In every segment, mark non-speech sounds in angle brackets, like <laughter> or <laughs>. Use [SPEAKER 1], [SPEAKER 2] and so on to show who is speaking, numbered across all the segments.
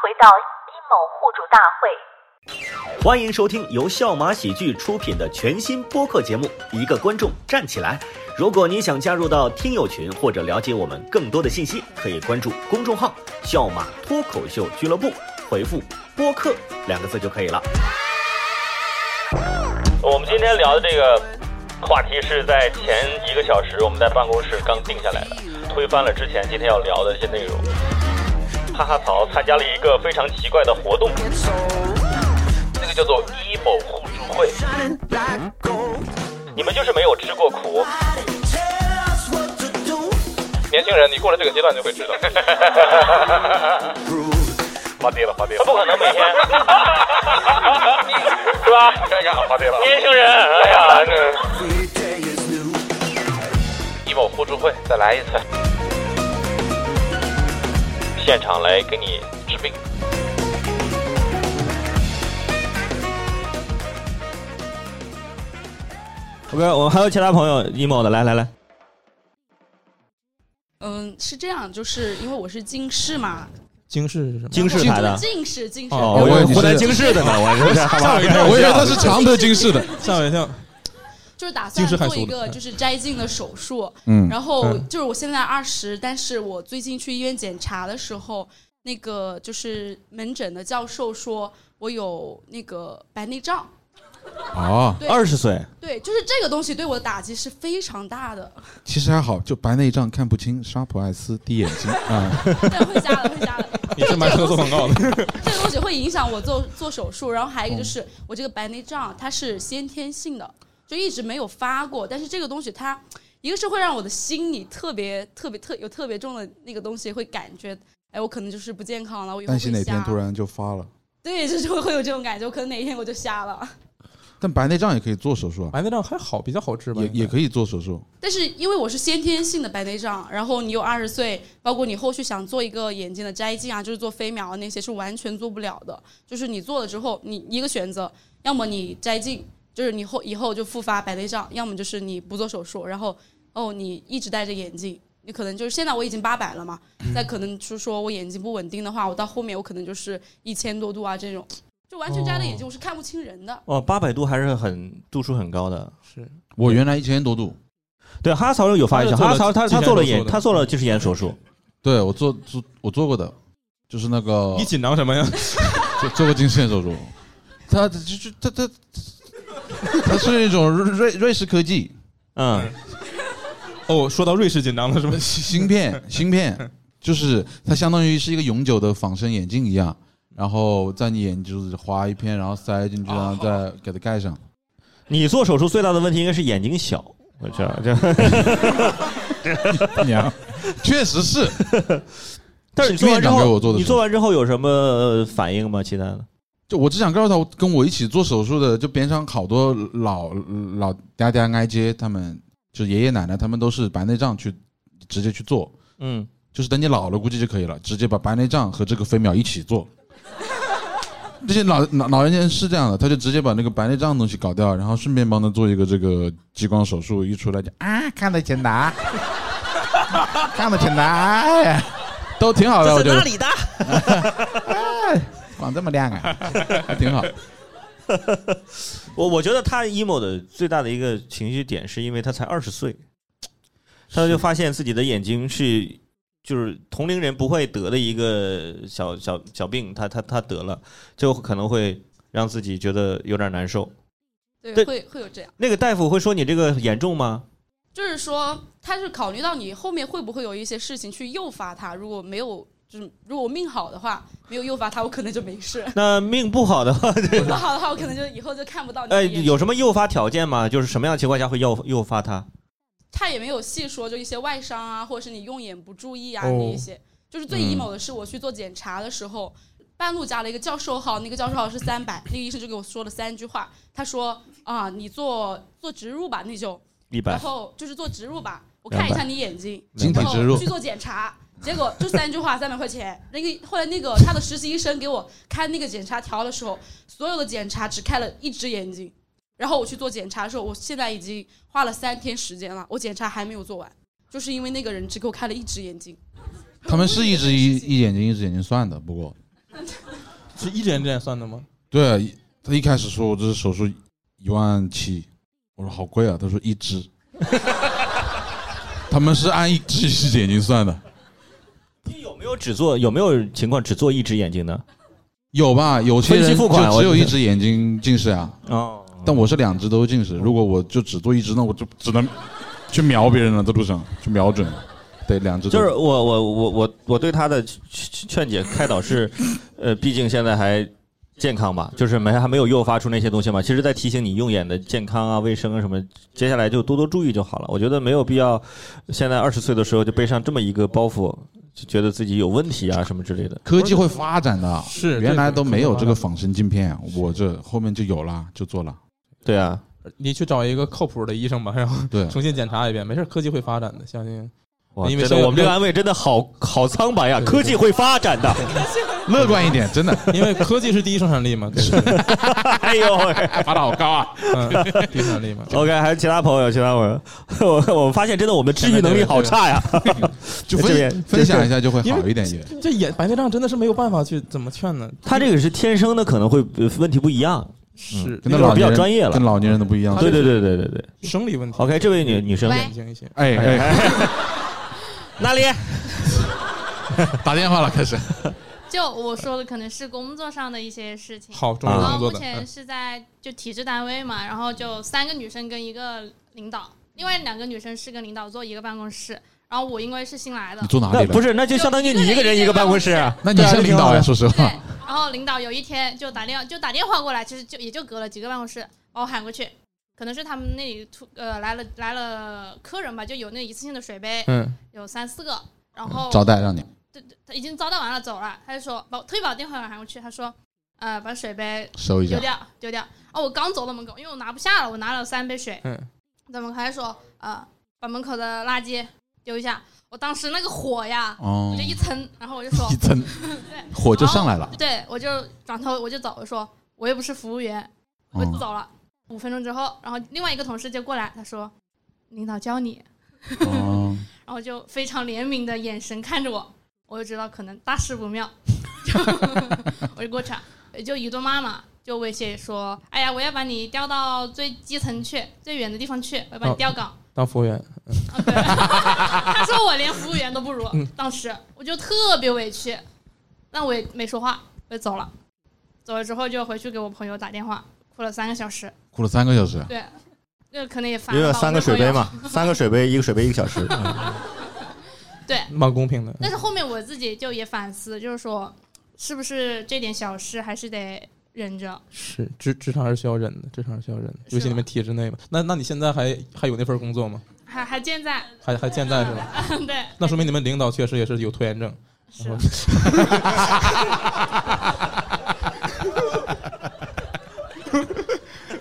[SPEAKER 1] 回到阴谋户主大会。
[SPEAKER 2] 欢迎收听由笑马喜剧出品的全新播客节目《一个观众站起来》。如果你想加入到听友群或者了解我们更多的信息，可以关注公众号“笑马脱口秀俱乐部”，回复“播客”两个字就可以了。
[SPEAKER 3] 我们今天聊的这个话题是在前一个小时我们在办公室刚定下来的，推翻了之前今天要聊的一些内容。哈哈曹参加了一个非常奇怪的活动，那个叫做 emo 互助会。
[SPEAKER 4] <laughs>
[SPEAKER 3] 你们就是没有吃过苦，
[SPEAKER 5] 年轻人，你过了这个阶段就会知道。花跌了，花跌
[SPEAKER 3] 他
[SPEAKER 5] 了，
[SPEAKER 3] 不可能每天，是吧？
[SPEAKER 5] 看一看啊，花跌了。
[SPEAKER 3] 年轻人，哎呀，这。
[SPEAKER 5] 一某互助会，再来一次。
[SPEAKER 3] 现场来给你治病。
[SPEAKER 4] OK，我们还有其他朋友 emo 的，来来来，
[SPEAKER 6] 嗯，是这样，就是因为我是近视嘛，
[SPEAKER 4] 京视是什么？京视台
[SPEAKER 6] 我
[SPEAKER 4] 的
[SPEAKER 6] 是。近视近视，
[SPEAKER 4] 哦，
[SPEAKER 7] 我以为
[SPEAKER 4] 我
[SPEAKER 7] 你是
[SPEAKER 4] 湖南京视的呢，我
[SPEAKER 7] <laughs>
[SPEAKER 4] 是吓 <laughs> 我一跳，
[SPEAKER 7] 我以为他是长头近视的，
[SPEAKER 4] 吓我一跳。
[SPEAKER 6] 就是打
[SPEAKER 7] 近
[SPEAKER 6] 算
[SPEAKER 7] 视害
[SPEAKER 6] 做一
[SPEAKER 7] 死我
[SPEAKER 6] 个
[SPEAKER 4] 嗯
[SPEAKER 7] 了
[SPEAKER 6] 就是摘镜的手术。
[SPEAKER 7] 嗯，
[SPEAKER 6] 然后
[SPEAKER 7] 嗯
[SPEAKER 6] 就是我现在二十，但是我最近去医院检查的时候，那个就是门诊的教授说我有那个白内障。
[SPEAKER 7] 哦，
[SPEAKER 6] 对
[SPEAKER 4] 啊二十岁，
[SPEAKER 6] 对，就是这个东西对我的打击是非常大的，
[SPEAKER 7] 其实还好，就白内障看不清，沙普爱斯滴眼
[SPEAKER 6] <laughs>
[SPEAKER 7] 睛啊，
[SPEAKER 6] 但会瞎的，会瞎的。
[SPEAKER 4] 你是卖特做广告的？
[SPEAKER 7] <laughs>
[SPEAKER 6] 这个东西会影响我做做手术，然后还有一个
[SPEAKER 7] 嗯
[SPEAKER 6] 就是我这个白内障它是先天性的，就一直没有发过，但是这个东西它一个是会让我的心里特别特别特有特别重的那个东西会感觉。哎，我可能就是不健康了，我以后
[SPEAKER 7] 担
[SPEAKER 6] 会
[SPEAKER 7] 心哪天
[SPEAKER 6] 瞎
[SPEAKER 7] 突然就发了。
[SPEAKER 6] 对，就是会会有这种感觉，我可能哪一天我就瞎了。
[SPEAKER 7] 但白内障也可以做手术啊，
[SPEAKER 8] 白内障还好，比较好治吧，
[SPEAKER 7] 也也
[SPEAKER 8] 以。
[SPEAKER 7] 可以做手术。
[SPEAKER 6] 但是因为我是先天性的白内障，然后你有二十岁，包括你后续想做一个眼睛的摘镜啊，就是做飞秒啊那些是完全做不了的。就是你做了之后，你一个选择，要么你摘镜，就是你后以后就复发白内障，要么就是你不做手术，然后哦你一直戴着眼镜，你可能就是现在我已经八百了嘛，再可能就是说我眼睛不稳定的话，我到后面我可能就是一千多度啊这种，就完全摘了眼睛我是看不清人的。
[SPEAKER 4] 哦，八百度还是很度数很高的。
[SPEAKER 8] 是，
[SPEAKER 7] 我原来一千多度，
[SPEAKER 4] 对，哈曹有发言权，
[SPEAKER 8] 他
[SPEAKER 4] 哈
[SPEAKER 8] 是做
[SPEAKER 4] 曹
[SPEAKER 8] 了
[SPEAKER 4] 他
[SPEAKER 8] 之前
[SPEAKER 4] 他做了
[SPEAKER 8] 手术
[SPEAKER 4] 眼，
[SPEAKER 8] 的
[SPEAKER 4] 他做了近视眼手术。
[SPEAKER 7] 对我做做我做过的，就是那个
[SPEAKER 8] 你紧张什么
[SPEAKER 4] <laughs>
[SPEAKER 8] 呀？
[SPEAKER 7] 做做过近视眼手术，它就就它它它是一种瑞瑞士科技
[SPEAKER 4] 嗯，
[SPEAKER 8] 哦，说到瑞士紧张了是吧？
[SPEAKER 7] 芯
[SPEAKER 4] <laughs>
[SPEAKER 7] 片芯片，就是它相当于是一个永久的仿生眼镜一样，然后在你眼就是划一片，然后塞进去，然后再给它盖上。
[SPEAKER 4] 哦你做手术最大的问题应该是眼睛小，我这这。 <laughs>
[SPEAKER 7] 娘，确实是，
[SPEAKER 4] 但是你做完之
[SPEAKER 7] 院长给
[SPEAKER 4] 后
[SPEAKER 7] 我做，的
[SPEAKER 4] 你
[SPEAKER 7] 手术
[SPEAKER 4] 做完之后有什么呃反应吗？其他的？
[SPEAKER 7] 就我只想告诉他，跟我一起做手术的，就边上好多老老嗲嗲挨街，他们就是爷爷奶奶，他们都是白内障去直接去做，
[SPEAKER 4] 嗯，
[SPEAKER 7] 就是等你老了估计就可以了，直接把白内障和这个飞秒一起做。 <laughs> 这些老老老人家是这样的，他就直接把那个白内障的东西搞掉，然后顺便帮他做一个这个激光手术，一出来就啊，看得见的啊， <laughs> 看得见的啊，哎都挺好的，我觉得。
[SPEAKER 4] 里的？
[SPEAKER 7] 光这么亮啊， <laughs> 还挺好。
[SPEAKER 4] 我我觉得他 emo 的最大的一个情绪点，是因为他才二十岁，他就发现自己的眼睛是就是同龄人不会得的一个小小小病，他他他得了，就可能会让自己觉得有点难受。
[SPEAKER 6] 对，
[SPEAKER 4] 对
[SPEAKER 6] 会会有这样。
[SPEAKER 4] 那个大夫会说你这个严重吗？
[SPEAKER 6] 就是说，他是考虑到你后面会不会有一些事情去诱发他，如果没有。就是如果我命好的话，没有诱发他，我可能就没
[SPEAKER 4] <laughs>
[SPEAKER 6] 事；
[SPEAKER 4] 那命不好的话，
[SPEAKER 6] 不好
[SPEAKER 4] <laughs>
[SPEAKER 6] 的话，我可能就以后就看不到你
[SPEAKER 4] 呃，
[SPEAKER 6] 的眼睛。
[SPEAKER 4] 有什么诱发条件吗？就是什么样的情况下会诱诱发它？
[SPEAKER 6] 他也没有细说，就一些外伤啊，或者是你用眼不注意啊、
[SPEAKER 8] 哦
[SPEAKER 6] 那一些。就是最 emo 的是，我去做检查的时候，半路加了一个教授号，那个教授号是三百，那个医生就给我说了三句话，他说啊，你做做植入吧，那就
[SPEAKER 4] 一
[SPEAKER 6] 然
[SPEAKER 4] 百
[SPEAKER 6] 后就是做植入吧，我看一下你眼睛，
[SPEAKER 7] 晶体
[SPEAKER 6] 然
[SPEAKER 7] 植入
[SPEAKER 6] 后哦去做检查，结果就三句话，三百块钱。那个后来那个他的实习医生给我看那个检查条的时候，所有的检查只开了一只眼睛。然后我去做检查的时候，我现在已经花了三天时间了，我检查还没有做完，就是因为那个人只给我开了一只眼睛。
[SPEAKER 7] 他们是一直一
[SPEAKER 6] 很无语的事情
[SPEAKER 7] 一眼睛一只眼睛算的，不过
[SPEAKER 8] <laughs> 是一点点算的吗？
[SPEAKER 7] 对，一他一开始说我这是手术一万七，我说好贵啊，他说一只， <laughs> 他们是按一只一只眼睛算的，
[SPEAKER 4] 有没有只做有没有情况只做一只眼睛的？
[SPEAKER 7] 有吧？有些
[SPEAKER 4] 分
[SPEAKER 7] 人
[SPEAKER 4] 期付
[SPEAKER 7] 就
[SPEAKER 4] 款我
[SPEAKER 7] 只有
[SPEAKER 4] 觉得
[SPEAKER 7] 一只眼睛近视啊，
[SPEAKER 4] 哦，
[SPEAKER 7] 但我是两只都近视，如果我就只做一只，那我就只能去瞄别人了，在路上去瞄准，对，两只都
[SPEAKER 4] 就是我我我我我对他的劝劝解开导是，呃，毕竟现在还健康吧，就是没还没有诱发出那些东西嘛。其实，在提醒你用眼的健康啊、卫生啊什么，接下来就多多注意就好了。我觉得没有必要，现在二十岁的时候就背上这么一个包袱，就觉得自己有问题啊什么之类的。
[SPEAKER 7] 科技会发展的，
[SPEAKER 8] 是
[SPEAKER 7] 原来
[SPEAKER 8] 这个
[SPEAKER 7] 都没有这
[SPEAKER 8] 可
[SPEAKER 7] 个
[SPEAKER 8] 能
[SPEAKER 7] 仿生镜片，我这后面就有了，就做了，
[SPEAKER 4] 对啊，
[SPEAKER 8] 你去找一个靠谱的医生吧，然后
[SPEAKER 7] 对，
[SPEAKER 8] 重新检查一遍，没事，科技会发展的，相信。
[SPEAKER 4] 哇，
[SPEAKER 8] 因为
[SPEAKER 4] 真的
[SPEAKER 8] 现在
[SPEAKER 4] 我们这个安慰真的好好苍白呀，科技会发展的。
[SPEAKER 7] 乐观一点，真的
[SPEAKER 8] 因为科技是第一
[SPEAKER 7] <laughs>
[SPEAKER 8] 生产力嘛，对不对？
[SPEAKER 4] 哎呦喂！
[SPEAKER 7] 爬的好高啊。
[SPEAKER 8] 嗯，第一生产力嘛。
[SPEAKER 4] <laughs> OK，还有其他朋友，其他朋友， <laughs> 我我发现真的我们治愈能力好差呀。
[SPEAKER 7] <laughs>
[SPEAKER 4] 这
[SPEAKER 7] 就分
[SPEAKER 4] 边
[SPEAKER 7] 分享一下就会
[SPEAKER 8] 因为
[SPEAKER 7] 好一点也。
[SPEAKER 8] 这眼白内障真的是没有办法去怎么劝呢？
[SPEAKER 4] 他这个是天生的，可能会呃问题不一样。
[SPEAKER 8] 是
[SPEAKER 7] 跟
[SPEAKER 4] 那
[SPEAKER 7] 那
[SPEAKER 4] 会儿
[SPEAKER 7] 老
[SPEAKER 4] 比较
[SPEAKER 7] 年人
[SPEAKER 4] 专业了
[SPEAKER 7] 跟老年人的不一样。
[SPEAKER 4] 对对对对对对。
[SPEAKER 8] 生理问题。
[SPEAKER 4] OK，这位女女生，
[SPEAKER 9] 喂
[SPEAKER 8] 冷静一些。
[SPEAKER 7] 哎哎，
[SPEAKER 4] <laughs>
[SPEAKER 7] <laughs>
[SPEAKER 4] 哪里？
[SPEAKER 7] 打电话了，开始。
[SPEAKER 9] 就我说的可能是工作上的一些事情。
[SPEAKER 8] 好，终于
[SPEAKER 4] 啊
[SPEAKER 9] 然后
[SPEAKER 8] 工作
[SPEAKER 9] 目
[SPEAKER 8] 的。嗯
[SPEAKER 9] 前是在就体制单位嘛，然后就三个女生跟一个领导，另外两个女生是跟领导坐一个办公室，然后我因为是新来的
[SPEAKER 7] 你，坐哪
[SPEAKER 4] 那
[SPEAKER 7] 里了？
[SPEAKER 4] 不，是，那就相当于你一个人一个办公室。啊
[SPEAKER 7] 那你是领导呀？说实
[SPEAKER 9] 对
[SPEAKER 7] 话，，
[SPEAKER 9] 然后领导有一天就打电话就打电话过来，其实就也就隔了几个办公室把我喊过去，可能是他们那里突呃来了来了客人吧，就有那一次性的水杯，
[SPEAKER 8] 嗯，
[SPEAKER 9] 有三四个，
[SPEAKER 4] 嗯
[SPEAKER 9] 然后
[SPEAKER 7] 招待让你。
[SPEAKER 9] 对对他已经招待完了走了，他就说把我特意把我电话喊过去，他说呃把水杯
[SPEAKER 7] 收一
[SPEAKER 9] 丢
[SPEAKER 7] 下，
[SPEAKER 9] 掉丢掉，哦我刚走到门口，因为我拿不下了，我拿了三杯水，
[SPEAKER 8] 嗯，
[SPEAKER 9] 怎么还说呃把门口的垃圾丢一下，我当时那个火呀，
[SPEAKER 7] 哦
[SPEAKER 9] 我就一蹭，然后我就说
[SPEAKER 7] <laughs> 一
[SPEAKER 9] <laughs>
[SPEAKER 7] 蹭，火就上来了。
[SPEAKER 9] 对，我就转头我就走，我说我又不是服务员，我就
[SPEAKER 7] 嗯，
[SPEAKER 9] 走了。五分钟之后，然后另外一个同事就过来，他说：“领导教你。
[SPEAKER 7] 哦”
[SPEAKER 9] 然后就非常怜悯的眼神看着我，我就知道可能大事不
[SPEAKER 4] <laughs>
[SPEAKER 9] 妙，我就过去了，就一顿骂嘛，就威胁说：“哎呀，我要把你调到最基层去，最远的地方去，我要把你
[SPEAKER 8] 哦
[SPEAKER 9] 调岗。
[SPEAKER 8] 当服务员，嗯
[SPEAKER 9] 啊对 <laughs> 他说我连服务员都不如，
[SPEAKER 4] 嗯
[SPEAKER 9] 当时我就特别委屈，但我也没说话，我就走了。走了之后就回去给我朋友打电话，哭了三个小时。
[SPEAKER 7] 哭了三个小时。
[SPEAKER 9] 对，那可能也烦
[SPEAKER 4] 因为
[SPEAKER 9] 了吧。
[SPEAKER 4] 啊三个
[SPEAKER 9] 我那
[SPEAKER 4] 水
[SPEAKER 9] 朋友
[SPEAKER 4] 杯。嘛，三个水杯，一个水杯嗯一个
[SPEAKER 9] <laughs>
[SPEAKER 4] 小时。
[SPEAKER 9] 对，
[SPEAKER 8] 嗯蛮公平的。
[SPEAKER 9] 但是后面我自己就也反思，就是说，是不是这点小事还是得忍着？
[SPEAKER 8] 是职职场还是需要忍的，职场
[SPEAKER 7] 啊
[SPEAKER 8] 还是需要忍的，
[SPEAKER 9] 是
[SPEAKER 8] 尤其你们
[SPEAKER 9] 吧
[SPEAKER 8] 体制内嘛。那那你现在还还有那份工作吗？
[SPEAKER 9] 还还健在，
[SPEAKER 8] 还还健在是吧？
[SPEAKER 9] <laughs> 对，
[SPEAKER 8] 那说明你们领导确实也是有拖延症。 <laughs>
[SPEAKER 9] 是啊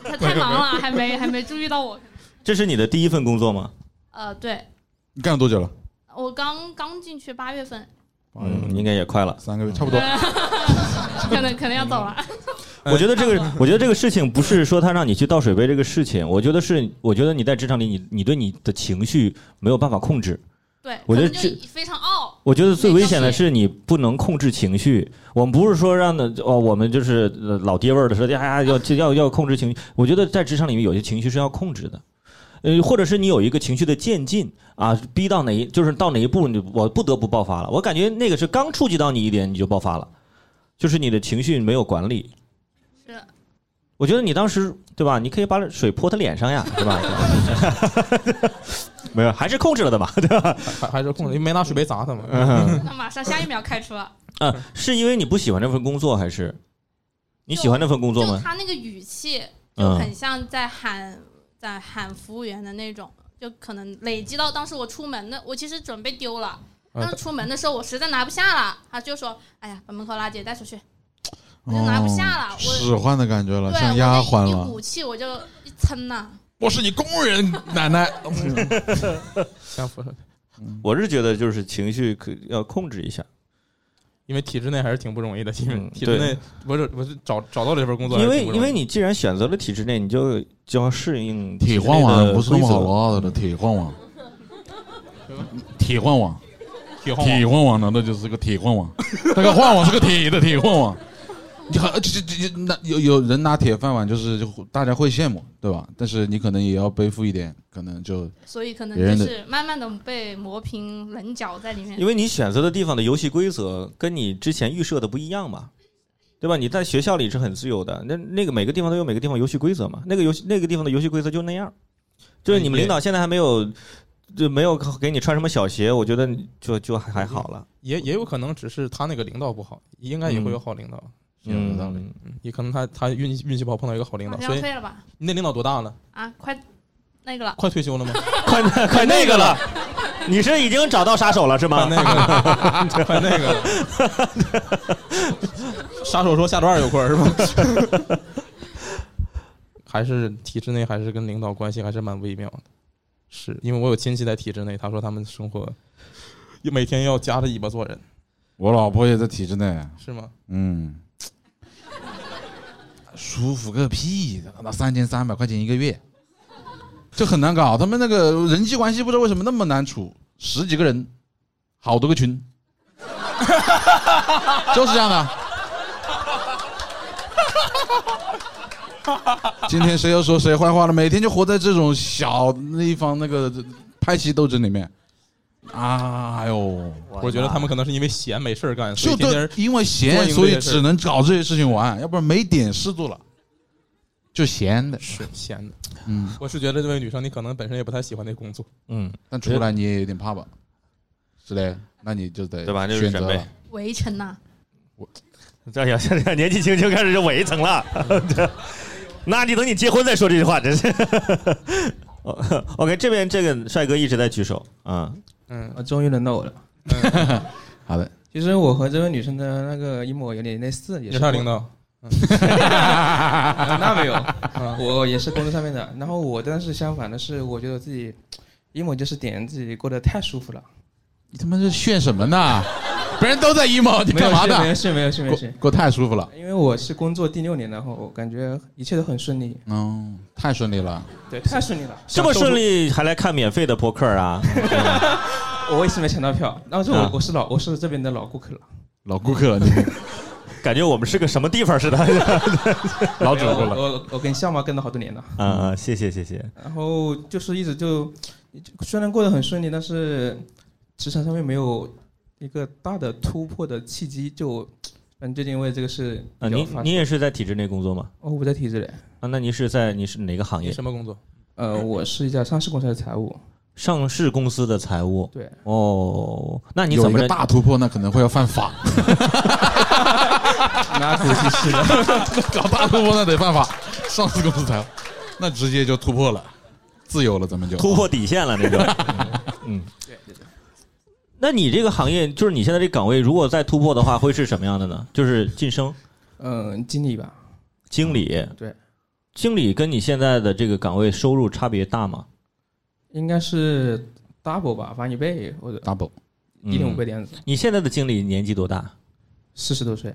[SPEAKER 9] 他太忙了，还没还没注意到我。
[SPEAKER 4] 这是你的第一份工作吗？
[SPEAKER 9] 呃，对
[SPEAKER 7] 你干了多久了？
[SPEAKER 9] 我刚刚进去八月份，
[SPEAKER 4] 嗯，应该也快了。嗯
[SPEAKER 7] 三个月，差不多。
[SPEAKER 9] <laughs> 可能可能要走了。
[SPEAKER 4] 我觉得这个，我觉得这个事情不是说他让你去倒水杯这个事情，我觉得是，我觉得你在职场里，你你对你的情绪没有办法控制。
[SPEAKER 9] 对，
[SPEAKER 4] 我觉得
[SPEAKER 9] 可能
[SPEAKER 4] 这
[SPEAKER 9] 就非常傲，
[SPEAKER 4] 我觉得最危险的是你不能控制情绪。我们不是说让的哦，我们就是呃老爹味儿的说，哎呀，要要要控制情绪。我觉得在职场里面有些情绪是要控制的，呃，或者是你有一个情绪的渐进啊，逼到哪一就是到哪一步你我不得不爆发了。我感觉那个是刚触及到你一点你就爆发了，就是你的情绪没有管理。
[SPEAKER 9] 是
[SPEAKER 4] 我觉得你当时对吧？你可以把水泼他脸上呀，对
[SPEAKER 8] <laughs>
[SPEAKER 4] 吧？没有，还是控制了的嘛，对吧？嗯
[SPEAKER 8] 还还是控制，因为没拿水杯砸他嘛。
[SPEAKER 9] 那马上下一秒开除了。
[SPEAKER 4] 啊，
[SPEAKER 8] 嗯
[SPEAKER 4] 是因为你不喜欢这份工作，还是你喜欢这份工作
[SPEAKER 9] 就
[SPEAKER 4] 吗？
[SPEAKER 9] 他那个语气，就
[SPEAKER 4] 嗯
[SPEAKER 9] 很像在喊、在喊服务员的那种，就可能累积到当时我出门的，我其实准备丢了。
[SPEAKER 8] 嗯
[SPEAKER 9] 当时出门的时候，我实在拿不下了，他就说：“哎呀，把门口垃圾带出去。”我就拿不下了
[SPEAKER 7] 哦
[SPEAKER 9] 我
[SPEAKER 7] 使唤的感觉了，
[SPEAKER 9] 对，
[SPEAKER 7] 像
[SPEAKER 9] 我
[SPEAKER 7] 丫
[SPEAKER 9] 那
[SPEAKER 7] 鬟
[SPEAKER 9] 一
[SPEAKER 7] 了。
[SPEAKER 9] 股气我就一蹭呐、
[SPEAKER 7] 我是你工人，奶 <laughs> 奶。啊
[SPEAKER 8] 相符合，
[SPEAKER 4] 我是觉得就是情绪可要控制一下，
[SPEAKER 8] 因为体制内还是挺不容易的，因为
[SPEAKER 4] 嗯
[SPEAKER 8] 体制
[SPEAKER 4] 对
[SPEAKER 8] 内我是我是找找到了这份工作还
[SPEAKER 4] 因
[SPEAKER 8] 是
[SPEAKER 4] 为
[SPEAKER 8] 挺不容易的，
[SPEAKER 4] 因为你既然选择了体制内，你就就要适应
[SPEAKER 7] 铁
[SPEAKER 4] 换
[SPEAKER 7] 饭碗不是那么好捞的，铁饭碗。铁饭碗，
[SPEAKER 8] 铁
[SPEAKER 7] 铁
[SPEAKER 8] 矿
[SPEAKER 7] 饭碗难道就是个铁饭碗？那个饭碗是个铁的铁饭碗。你好，这这这那有有人拿铁饭碗，就是就大家会羡慕，对吧？但是你可能也要背负一点，可能就
[SPEAKER 9] 所以可
[SPEAKER 7] 别
[SPEAKER 9] 能
[SPEAKER 7] 人
[SPEAKER 9] 就
[SPEAKER 7] 的
[SPEAKER 9] 是慢慢的被磨平棱角在里面
[SPEAKER 4] 因。为你选择的地方的游戏规则跟你之前预设的不一样嘛，对吧？你在学校里是很自由的，那那个每个地方都有每个地方游戏规则嘛，那个游戏那个地方的游戏规则就那样，就是你们领导现在还没有。就没有给你穿什么小鞋，我觉得就就还还好了。
[SPEAKER 8] 也也有可能只是他那个领导不好，应该也会有好领导，
[SPEAKER 7] 嗯有道理
[SPEAKER 4] 嗯，
[SPEAKER 8] 也可能他他运气运气不好碰到一个好领导
[SPEAKER 9] 马，上
[SPEAKER 8] 所
[SPEAKER 9] 要
[SPEAKER 8] 以
[SPEAKER 9] 退了吧？
[SPEAKER 8] 你那领导多大了？
[SPEAKER 9] 啊，快那个了，
[SPEAKER 8] 快退休了吗？
[SPEAKER 4] 快 <laughs> 快那个了， <laughs> 你是已经找到杀手了是
[SPEAKER 8] 快
[SPEAKER 4] 吗？
[SPEAKER 8] 那个了，快那
[SPEAKER 4] <laughs>
[SPEAKER 8] 个了。 <laughs> 杀手说下周二有空是吧？
[SPEAKER 7] <laughs>
[SPEAKER 8] 还是体制内，还是跟领导关系还是蛮微妙的。是因为我有亲戚在体制内，他说他们生活每天要夹着尾巴做人，
[SPEAKER 7] 我老婆也在体制内，
[SPEAKER 8] 是吗？
[SPEAKER 7] 嗯，舒服个屁的，那三千三百块钱一个月，就很难搞。他们那个人际关系不知道为什么那么难处，十几个人，好多个群， <laughs> 就是这样的。 <laughs> 今天谁又说谁坏话了？每天就活在这种小那一方那个派系斗争里面，啊，哎呦。
[SPEAKER 8] 我觉得他们可能是因为闲没事儿干，所
[SPEAKER 7] 就
[SPEAKER 8] 以天
[SPEAKER 7] 对
[SPEAKER 8] 天，
[SPEAKER 7] 因
[SPEAKER 8] 做
[SPEAKER 7] 为闲，
[SPEAKER 8] 应对
[SPEAKER 7] 所以
[SPEAKER 8] 的事
[SPEAKER 7] 只能搞这些事情玩，要不然没点事做了，就闲的。
[SPEAKER 8] 是闲的。
[SPEAKER 7] 嗯，
[SPEAKER 8] 我是觉得这位女生，你可能本身也不太喜欢那工作，
[SPEAKER 4] 嗯，
[SPEAKER 7] 但出来你也有点怕吧？是的，那你就得
[SPEAKER 4] 对吧就是
[SPEAKER 7] 选择
[SPEAKER 4] 准备
[SPEAKER 7] 了。
[SPEAKER 9] <laughs> 围城呐、
[SPEAKER 4] <laughs> 这小现在年纪轻就开始就围层了， <laughs> 那你等你结婚再说这句话，真是。 <laughs> 哦 OK，这边这个帅哥一直在举手啊，
[SPEAKER 8] 嗯，
[SPEAKER 10] 啊，终于轮到我了。
[SPEAKER 7] 嗯
[SPEAKER 10] <laughs>
[SPEAKER 7] 好的，
[SPEAKER 10] 其实我和这位女生的那个一模有点类似，也
[SPEAKER 8] 也
[SPEAKER 10] 是
[SPEAKER 8] 是他
[SPEAKER 10] 工
[SPEAKER 8] 领导，
[SPEAKER 10] <laughs> 那没
[SPEAKER 8] 嗯
[SPEAKER 10] 有，我也是工作上面的。然后我但是相反的是，我觉得自己一模就是点自己过得太舒服了。
[SPEAKER 7] 你他妈是炫什么呢？ <laughs> 别人都在 emo，你
[SPEAKER 10] 没
[SPEAKER 7] 干
[SPEAKER 10] 有
[SPEAKER 7] 嘛
[SPEAKER 10] 事没有
[SPEAKER 7] 呢？
[SPEAKER 10] 事没有事没有
[SPEAKER 7] 过
[SPEAKER 10] 事，
[SPEAKER 7] 过太舒服了，
[SPEAKER 10] 因为我是工作第六年，然后我感觉一切都很顺利，
[SPEAKER 7] 嗯，太顺利了。
[SPEAKER 10] 对，太顺利了。
[SPEAKER 4] 这么顺利还来看免费的播客啊？
[SPEAKER 10] 我也是没抢到票，然后就
[SPEAKER 4] 啊
[SPEAKER 10] 我我是老我是这边的老顾客了，
[SPEAKER 7] 老顾客了，你
[SPEAKER 4] <laughs> 感觉我们是个什么地方似的？
[SPEAKER 7] 哦
[SPEAKER 4] <laughs>
[SPEAKER 7] <laughs> 老主
[SPEAKER 10] 没有
[SPEAKER 7] 顾
[SPEAKER 10] 我
[SPEAKER 7] 了。
[SPEAKER 10] 我我跟笑妈跟了好多年了。
[SPEAKER 4] 啊啊，谢谢谢谢。
[SPEAKER 10] 然后就是一直就虽然过得很顺利，但是职场上面没有一个大的突破的契机，就嗯，最近因为这个事
[SPEAKER 4] 啊，
[SPEAKER 10] 比较
[SPEAKER 4] 你
[SPEAKER 10] 发
[SPEAKER 4] 你也是在体制内工作吗？
[SPEAKER 10] 哦，我不在体制里，
[SPEAKER 4] 啊，那您是在你是哪个行
[SPEAKER 8] 你
[SPEAKER 4] 业？
[SPEAKER 8] 什么工作？
[SPEAKER 10] 呃，我是一家上市公司的财务，
[SPEAKER 4] 上市公司的财务。
[SPEAKER 10] 对，
[SPEAKER 4] 哦，那你
[SPEAKER 7] 有
[SPEAKER 4] 怎
[SPEAKER 7] 一
[SPEAKER 4] 么
[SPEAKER 7] 个
[SPEAKER 4] 认？
[SPEAKER 7] 大突破，那可能会要
[SPEAKER 4] <laughs>
[SPEAKER 7] 犯法。
[SPEAKER 10] 那估计是的，
[SPEAKER 7] <laughs> 搞大突破那得犯法，上市公司才，那直接就突破了，自由了，咱们就
[SPEAKER 4] 突破底线了
[SPEAKER 10] <laughs>
[SPEAKER 4] 那种。嗯，那你这个行业，就是你现在这岗位，如果再突破的话，会是什么样的呢？就是晋升
[SPEAKER 10] 嗯，经理吧，
[SPEAKER 4] 经理。
[SPEAKER 10] 对，
[SPEAKER 4] 经理跟你现在的这个岗位收入差别大吗？
[SPEAKER 10] 应该是 double 吧，翻一倍或者
[SPEAKER 7] double。
[SPEAKER 4] 嗯
[SPEAKER 10] 一点五倍的样子，
[SPEAKER 4] 你现在的经理年纪多大？
[SPEAKER 10] 四十多岁，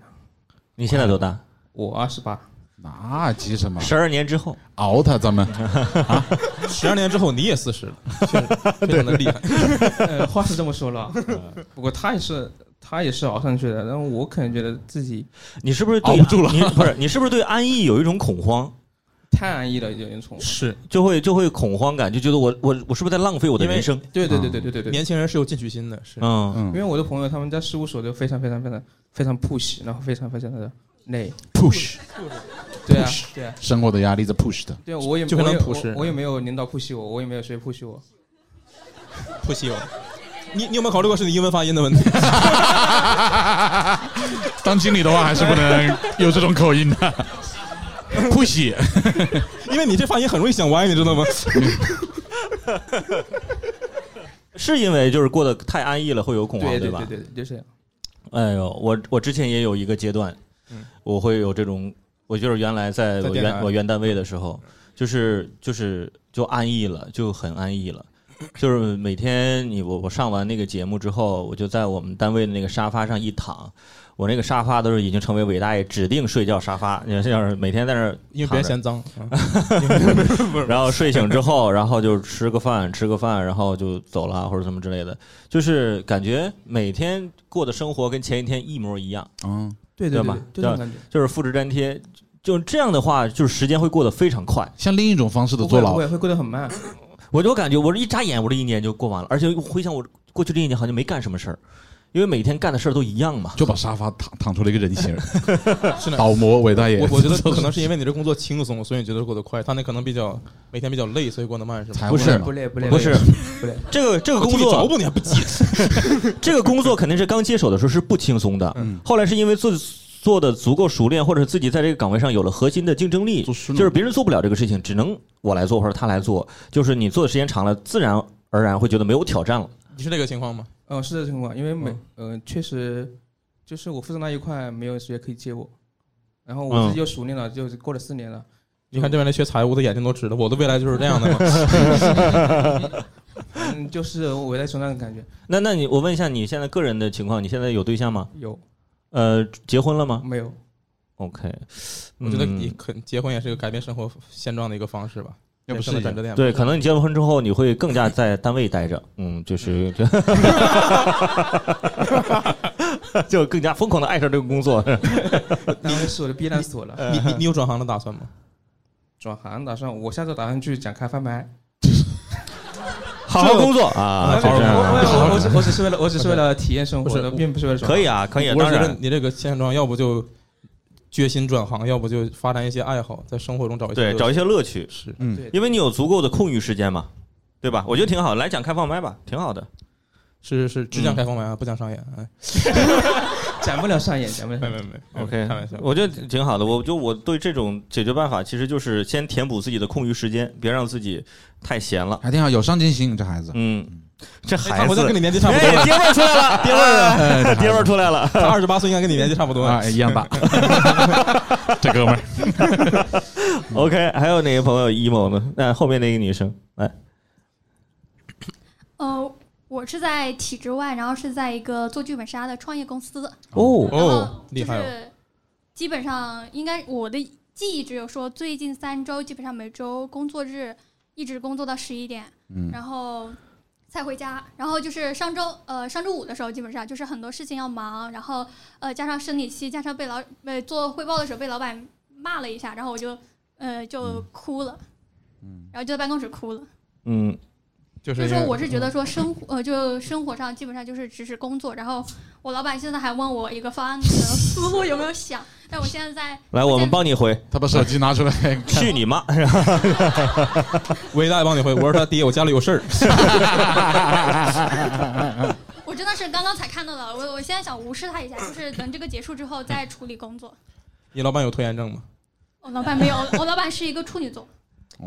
[SPEAKER 4] 你现在多大？
[SPEAKER 10] 我二
[SPEAKER 4] <laughs>
[SPEAKER 10] 十八，
[SPEAKER 7] 那急什么？
[SPEAKER 4] 十二年之后，啊
[SPEAKER 7] 熬
[SPEAKER 4] <laughs>
[SPEAKER 7] 他，咱们
[SPEAKER 8] 十二年之后你也四十了，确实非常的厉
[SPEAKER 4] <laughs>
[SPEAKER 8] 害。
[SPEAKER 10] 呃，话是这么说
[SPEAKER 4] 啊
[SPEAKER 10] 了，不过他也是他也是熬上去的，然后我可能觉得自己
[SPEAKER 4] 你是不是对
[SPEAKER 7] 熬不住了
[SPEAKER 4] 你不是，你是不是对安逸有一种恐慌，
[SPEAKER 10] 太安逸了，有点冲，
[SPEAKER 8] 是
[SPEAKER 4] 就会就会恐慌感，就觉得我我我是不是在浪费我的
[SPEAKER 8] 因为
[SPEAKER 4] 人生？
[SPEAKER 10] 对对对
[SPEAKER 8] 嗯
[SPEAKER 10] 对对对对，
[SPEAKER 8] 年轻人是有进取心的，是
[SPEAKER 4] 嗯，
[SPEAKER 10] 因为
[SPEAKER 7] 嗯
[SPEAKER 10] 我的朋友他们在事务所就非常非常非常非常 push，然后非常非常的累。
[SPEAKER 7] push
[SPEAKER 10] 对啊，对啊，
[SPEAKER 7] 生活的压力在 push 的。
[SPEAKER 10] 对啊，我也
[SPEAKER 8] 就不
[SPEAKER 10] 我也
[SPEAKER 8] 能 push
[SPEAKER 10] 我我也没有领导 push 我，我也没有谁 push 我。
[SPEAKER 8] 不稀有。你你有没有考虑过是你英文发音的问题？
[SPEAKER 7] <laughs> 当经理的话，还是不能有这种口音的。push
[SPEAKER 8] 因为你这发音很容易想歪，你知道吗？
[SPEAKER 4] <laughs> 是因为就是过得太安逸了，会有恐慌，
[SPEAKER 10] 对
[SPEAKER 4] 吧
[SPEAKER 10] 对？对，对就是这样。
[SPEAKER 4] 哎呦，我我之前也有一个阶段，我会有这种，我就是原来在
[SPEAKER 8] 嗯在
[SPEAKER 4] 我
[SPEAKER 8] 电台嗯
[SPEAKER 4] 原我原单位的时候，就是就是就安逸了，就很安逸了。就是每天你我我上完那个节目之后，我就在我们单位的那个沙发上一躺，我那个沙发都是已经成为伟大爷指定睡觉沙发。你看，要是每天在那儿
[SPEAKER 8] 因为
[SPEAKER 4] 躺
[SPEAKER 8] 别人
[SPEAKER 4] 着
[SPEAKER 8] 嫌脏。
[SPEAKER 4] <laughs>
[SPEAKER 8] 嗯
[SPEAKER 4] 然后睡醒之后，然后就吃个饭，吃个饭，然后就走了或者什么之类的，就是感觉每天过的生活跟前一天一模一样。
[SPEAKER 7] 嗯，
[SPEAKER 10] 对
[SPEAKER 4] 对
[SPEAKER 10] 对
[SPEAKER 4] 吧？
[SPEAKER 10] 对就这种感觉。
[SPEAKER 4] 就是复制粘贴，就这样的话，就是时间会过得非常快。
[SPEAKER 7] 像另一种方式的
[SPEAKER 10] 不会不会，会过得很慢。
[SPEAKER 4] 我就感觉，我这一眨眼，我这一年就过完了，而且回想我过去这一年好像没干什么事儿，因为每天干的事儿都一样嘛。
[SPEAKER 7] 就把沙发躺躺出了一个 <laughs> 人形儿，
[SPEAKER 4] <laughs>
[SPEAKER 8] 是的。
[SPEAKER 7] 倒模韦大爷。
[SPEAKER 8] 我我觉
[SPEAKER 7] <laughs>
[SPEAKER 8] 得可能是因为你这工作轻松，所以你觉得过得快。他那可能比较每天比较累，所以过得慢，是吧？
[SPEAKER 7] 财务
[SPEAKER 4] 是
[SPEAKER 7] 嘛
[SPEAKER 10] 不累不累
[SPEAKER 4] 不是
[SPEAKER 10] 不累，
[SPEAKER 4] <laughs> 这个这个
[SPEAKER 8] 我
[SPEAKER 4] 工
[SPEAKER 8] 替你
[SPEAKER 4] 作
[SPEAKER 8] 找补你还不急？
[SPEAKER 4] <laughs>
[SPEAKER 8] <laughs>
[SPEAKER 4] 这个工作肯定是刚接手的时候是不轻松的，
[SPEAKER 8] 嗯
[SPEAKER 4] 后来是因为做做的足够熟练，或者是自己在这个岗位上有了核心的竞争力，
[SPEAKER 7] 做师
[SPEAKER 4] 就
[SPEAKER 7] 呢
[SPEAKER 4] 是别人做不了这个事情，只能我来做或者他来做，就是你做的时间长了，自然而然会觉得没有挑战了。
[SPEAKER 8] 你是这个情况吗？嗯
[SPEAKER 10] 嗯，是这情况，因为每呃确实就是我负责那一块没有谁可以接我，然后
[SPEAKER 8] 嗯
[SPEAKER 10] 我自己又熟练了，就是过了四年了。
[SPEAKER 8] 你看这边来学财务的眼睛都直了，我的未来就是这样的嘛。
[SPEAKER 10] <laughs>
[SPEAKER 7] <laughs>
[SPEAKER 10] 嗯，就是我在身上的感觉
[SPEAKER 4] 那那你我问一下你现在个人的情况，你现在有对象吗？
[SPEAKER 10] 有
[SPEAKER 4] 呃，结婚了吗
[SPEAKER 10] 没有？
[SPEAKER 4] ？OK，
[SPEAKER 8] 我觉得
[SPEAKER 4] 嗯
[SPEAKER 8] 你肯结婚也是个改变生活现状的一个方式吧。
[SPEAKER 7] 要
[SPEAKER 8] 人
[SPEAKER 7] 不
[SPEAKER 8] 生的
[SPEAKER 7] 试一下
[SPEAKER 8] 转折点吧。
[SPEAKER 4] 对，可能你结了婚之后，你会更加在单位待着，嗯，就是， <laughs> 就更加疯狂的爱上这个工作。 <laughs>
[SPEAKER 10] 当然是我的避难所了。
[SPEAKER 8] 你你你有转行的打算吗？
[SPEAKER 10] 转行打算，我下周打算去讲开翻牌。
[SPEAKER 4] 好好工作啊，就
[SPEAKER 10] 我
[SPEAKER 4] 这样啊。
[SPEAKER 10] 我我我只我只是为了我只是为了体验生
[SPEAKER 8] 不
[SPEAKER 10] 活
[SPEAKER 8] 是
[SPEAKER 10] 的，并不是为了转
[SPEAKER 4] 可以啊，可以、啊，
[SPEAKER 8] 我
[SPEAKER 4] 当
[SPEAKER 8] 是觉得
[SPEAKER 4] 然。
[SPEAKER 8] 你这个现状，要不就决心转行，要不就发展一些爱好，在生活中找一些
[SPEAKER 4] 对，
[SPEAKER 8] 乐
[SPEAKER 4] 找一
[SPEAKER 8] 趣
[SPEAKER 4] 些乐趣，嗯
[SPEAKER 8] 是
[SPEAKER 10] 行。对，
[SPEAKER 4] 因为你有足够的空余时间嘛，对吧？我觉得挺好，来讲开放麦吧，挺好的。
[SPEAKER 8] 是是，只讲开放麦
[SPEAKER 4] 嗯
[SPEAKER 8] 啊，不讲商演。
[SPEAKER 4] <laughs>
[SPEAKER 8] 哎，
[SPEAKER 10] 讲不了上演，讲不了
[SPEAKER 8] 没
[SPEAKER 10] 上演。
[SPEAKER 8] 没没没
[SPEAKER 4] OK，
[SPEAKER 8] 开玩笑。
[SPEAKER 4] 我觉得挺好的。我就我对这种解决办法，其实就是先填补自己的空余时间，别让自己太闲了。
[SPEAKER 7] 还挺好，有上进心，这孩子。
[SPEAKER 4] 嗯，
[SPEAKER 8] 哎
[SPEAKER 4] 这孩
[SPEAKER 8] 好像跟
[SPEAKER 4] 子
[SPEAKER 8] 你，年纪差不多，哎
[SPEAKER 4] 哎，爹味儿出来
[SPEAKER 8] <laughs>
[SPEAKER 4] 了，爹味儿
[SPEAKER 7] 哎
[SPEAKER 4] 了，爹味儿出来了。
[SPEAKER 8] 他啊 <laughs> 二十八岁应该跟你年纪差不多。
[SPEAKER 7] 啊，
[SPEAKER 8] <laughs>
[SPEAKER 7] 一样大，这哥们儿
[SPEAKER 4] <laughs> OK，还有哪个朋友 emo 呢？那后面那个女生，来，
[SPEAKER 11] 呃，我是在体制外，然后是在一个做剧本杀的创业公司，
[SPEAKER 4] 哦
[SPEAKER 11] 然后
[SPEAKER 8] 哦，厉
[SPEAKER 11] 就
[SPEAKER 8] 害哦！
[SPEAKER 11] 是基本上应该我的记忆只有说最近三周基本上每周工作日一直工作到十一点，
[SPEAKER 7] 嗯，
[SPEAKER 11] 然后才回家。然后就是上周呃上周五的时候，基本上就是很多事情要忙，然后呃加上生理期，加上被老呃做汇报的时候被老板骂了一下，然后我就呃就
[SPEAKER 8] 嗯
[SPEAKER 11] 哭了，然后就在办公室哭了。
[SPEAKER 4] 嗯，
[SPEAKER 8] 就
[SPEAKER 11] 就是是说，我是觉
[SPEAKER 7] 嗯
[SPEAKER 11] 得说生活，呃，就生活上基本上就是只是工作。然后我老板现在还问我一个方案的思路有没有想，但我现在在
[SPEAKER 4] 来，我们帮你回，
[SPEAKER 7] 他把手机拿出来看，
[SPEAKER 4] 去你妈！
[SPEAKER 8] 伟大帮你 <laughs> 回，我是他爹，我家里有事儿。
[SPEAKER 11] 我真的是刚刚才看到的，我我现在想无视他一下，就是等这个结束之后再处理工作。
[SPEAKER 8] <laughs> 你老板有拖延症吗？
[SPEAKER 11] 我老板没有，我老板是一个处女座，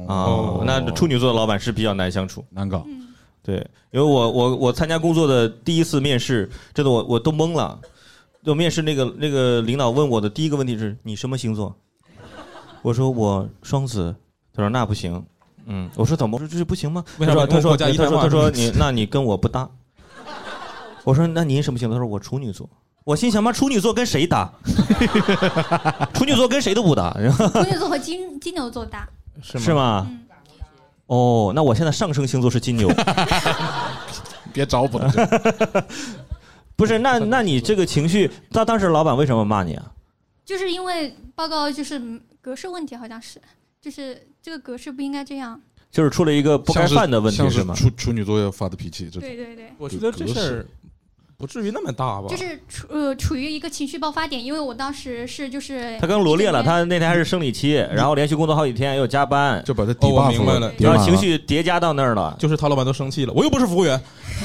[SPEAKER 4] 啊，那处女座的老板是比较难相处。
[SPEAKER 7] 难搞。
[SPEAKER 11] 嗯，
[SPEAKER 4] 对，因为我我我参加工作的第一次面试，真的我我都懵了。就面试那个那个领导问我的第一个问题是你什么星座？ <laughs> 我说我双子。他说那不行。嗯，我说怎么？我说这不行吗？
[SPEAKER 8] 为
[SPEAKER 4] 他
[SPEAKER 8] 啥
[SPEAKER 4] 说
[SPEAKER 8] 不
[SPEAKER 4] 他说
[SPEAKER 8] 我家一
[SPEAKER 4] 他
[SPEAKER 8] 胎
[SPEAKER 4] 说
[SPEAKER 8] 化
[SPEAKER 4] 他说你那你跟我不搭。我说那您什么星座？他说我处女座。我心想妈处女座跟谁搭？ <laughs> 处女座跟谁都不搭， <laughs> 然后
[SPEAKER 11] 处女座和金金牛座搭，
[SPEAKER 8] 是
[SPEAKER 4] 是？吗？
[SPEAKER 11] 嗯，
[SPEAKER 4] 哦，那我现在上升星座是
[SPEAKER 8] <laughs>
[SPEAKER 4] 金牛。
[SPEAKER 7] 别找补了，这
[SPEAKER 4] <laughs> 不是，那那你这个情绪，他当时老板为什么骂你啊？
[SPEAKER 11] 就是因为报告就是格式问题，好像是，就是这个格式不应该这样。
[SPEAKER 4] 就是出了一个不该
[SPEAKER 7] 像是
[SPEAKER 4] 犯的问题
[SPEAKER 7] 像是
[SPEAKER 4] 吗？
[SPEAKER 7] 处处女座要发的脾气，这种
[SPEAKER 11] 对对对。
[SPEAKER 8] 我觉得这事儿不至于那么
[SPEAKER 7] 啊
[SPEAKER 8] 大吧？
[SPEAKER 11] 就是处呃处于一个情绪爆发点，因为我当时是就是
[SPEAKER 4] 他刚罗列了，
[SPEAKER 11] 一整天
[SPEAKER 4] 他那天还是生理期，然后连续工作好几天，又加班，
[SPEAKER 7] 嗯就把他底
[SPEAKER 8] 哦，我
[SPEAKER 7] buff
[SPEAKER 8] 明白
[SPEAKER 7] 了，
[SPEAKER 8] 了，
[SPEAKER 7] 别
[SPEAKER 4] 然后
[SPEAKER 7] 骂
[SPEAKER 4] 情
[SPEAKER 7] 了
[SPEAKER 4] 绪叠加到那儿了。
[SPEAKER 8] 就是他老板都生气了，我又不是服务员。
[SPEAKER 4] <laughs>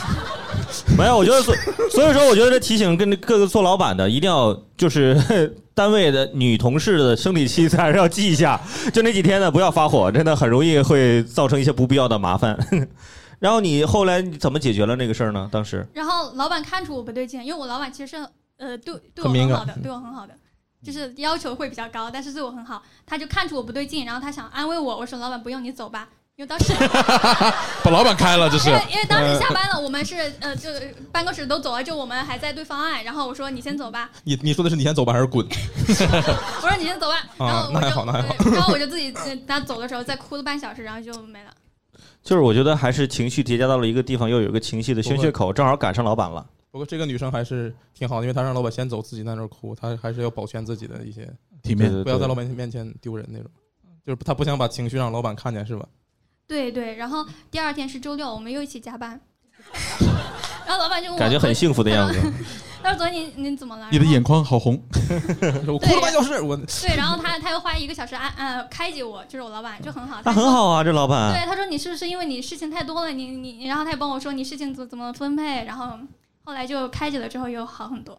[SPEAKER 4] 没有，我觉得所所以说，我觉得这提醒跟各个做老板的一定要就是 <laughs> 单位的女同事的生理期还是要记一下，就那几天呢不要发火，真的很容易会造成一些不必要的麻烦。 <laughs> 然后你后来你怎么解决了那个事儿呢？当时
[SPEAKER 11] 然后老板看出我不对劲，因为我老板其实是呃对对我
[SPEAKER 8] 很敏
[SPEAKER 11] 很
[SPEAKER 8] 感
[SPEAKER 11] 好的，对我很好的，就是要求会比较高，但是对我很好。他就看出我不对劲，然后他想安慰我，我说老板不用你走吧，因为当
[SPEAKER 4] <laughs>
[SPEAKER 11] 时
[SPEAKER 7] 把老板开了，这
[SPEAKER 11] <laughs>
[SPEAKER 7] 是
[SPEAKER 11] 因为因为当时下班了，我们是呃就办公室都走了，就我们还在对方案，然后我说你先走吧，
[SPEAKER 8] 你你说的是你先走吧，还是滚？
[SPEAKER 11] 我说你先走吧，
[SPEAKER 8] 啊
[SPEAKER 11] 然后我
[SPEAKER 8] 那
[SPEAKER 11] 就、
[SPEAKER 8] 还好那还好
[SPEAKER 11] 对然后我就自己呃他走的时候再哭了半小时，然后就没了。
[SPEAKER 4] 就是我觉得还是情绪叠加到了一个地方，又有一个情绪的宣泄口，正好赶上老板了。
[SPEAKER 8] 不过这个女生还是挺好的，因为她让老板先走，自己在那儿哭，她还是要保全自己的一些
[SPEAKER 7] 体面对对对
[SPEAKER 8] 不要在老板面前丢人那种。就是她不想把情绪让老板看见，是吧？
[SPEAKER 11] 对对，然后第二天是周六，我们又一起加班， <laughs> 然后老板就问我
[SPEAKER 4] 感觉很幸福的样子。
[SPEAKER 11] <laughs> 他说昨天你你怎么了？
[SPEAKER 7] 你的眼眶好红，
[SPEAKER 8] <laughs> 我
[SPEAKER 11] 对
[SPEAKER 8] 半小时，我
[SPEAKER 11] 哎对，然后他他又花一个小时按按开解我，就是我老板就很好，
[SPEAKER 4] 那很好啊，这老板。
[SPEAKER 11] 对，他说你是不是因为你事情太多了，你你，然后他也帮我说你事情怎怎么分配，然后后来就开解了之后又好很多。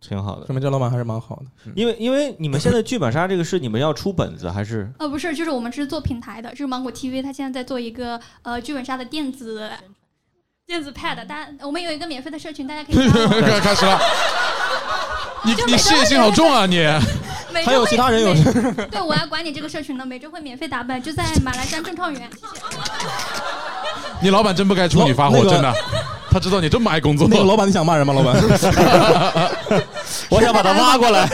[SPEAKER 4] 挺好的，
[SPEAKER 8] 说明这老板还是蛮好的。
[SPEAKER 4] 因为因为你们现在剧本杀这个是你们要出本子 <laughs> 还是？
[SPEAKER 11] 呃，不是，就是我们是做平台的，就是芒果 TV，它现在在做一个呃剧本杀的电子电子 pad，大家我们有一个免费的社群，大家可以加入。
[SPEAKER 7] <laughs> 开开
[SPEAKER 11] <laughs>
[SPEAKER 7] 始了。你
[SPEAKER 11] 就每
[SPEAKER 7] 你
[SPEAKER 11] 周
[SPEAKER 7] 事业
[SPEAKER 11] 会
[SPEAKER 7] 心好重啊你！
[SPEAKER 11] <laughs> 每周
[SPEAKER 7] 还有
[SPEAKER 11] 会
[SPEAKER 7] 其他人有
[SPEAKER 11] 每 <laughs>
[SPEAKER 7] 事
[SPEAKER 11] 对，我要管理这个社群呢，每周会免费打本，就在马来山正创园。
[SPEAKER 7] 你老板真不该冲你 <laughs> 发火，
[SPEAKER 8] 那个
[SPEAKER 7] 真的。他知道你这么爱工作。
[SPEAKER 8] 那个老板，你 <laughs> 想骂人吗？老板，
[SPEAKER 7] <laughs>
[SPEAKER 4] 我想把他挖过
[SPEAKER 8] <laughs>
[SPEAKER 4] 来，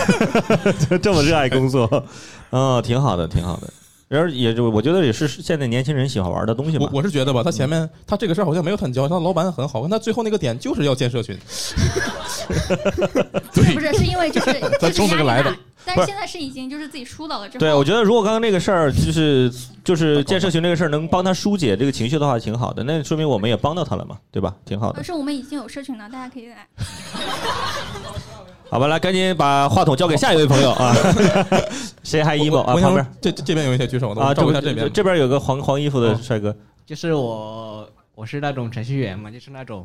[SPEAKER 4] 就这么热爱工作， <laughs> 啊、挺好的，挺好的。然后也就我觉得也是现在年轻人喜欢玩的东西吧
[SPEAKER 8] 我。我是觉得吧，他前
[SPEAKER 4] 嗯
[SPEAKER 8] 面他这个事儿好像没有很焦，他老板很好，但他最后那个点就是要建社群。 <laughs>
[SPEAKER 11] 对，不是是因为就是就
[SPEAKER 8] 咱
[SPEAKER 11] 是
[SPEAKER 8] 冲这
[SPEAKER 11] 压
[SPEAKER 8] 个
[SPEAKER 11] 力
[SPEAKER 8] 来
[SPEAKER 11] 大
[SPEAKER 8] 的，
[SPEAKER 11] 但
[SPEAKER 4] 不
[SPEAKER 11] 是
[SPEAKER 4] 是
[SPEAKER 11] 现在是已经就是自己疏导了之后。
[SPEAKER 4] 对，我觉得如果刚刚那个事儿，就是就是建社群这个事儿能帮他疏解这个情绪的话，挺好的。那说明我们也帮到他了嘛，对吧？挺好的
[SPEAKER 11] 而。是我们已经有社群了，大家可以来。
[SPEAKER 4] 好吧，来赶紧把话筒交给下一位朋友 <laughs> 啊，谁还 emo 啊？
[SPEAKER 8] 我
[SPEAKER 4] 旁
[SPEAKER 8] 想
[SPEAKER 4] 边
[SPEAKER 8] 这这边有一些举手的，
[SPEAKER 4] 啊，
[SPEAKER 8] 我
[SPEAKER 4] 这
[SPEAKER 8] 照顾一下
[SPEAKER 4] 这
[SPEAKER 8] 这边。
[SPEAKER 4] 这边有个黄黄衣服的
[SPEAKER 12] 哦
[SPEAKER 4] 帅哥，
[SPEAKER 12] 就是我，我是那种程序员嘛，就是那种。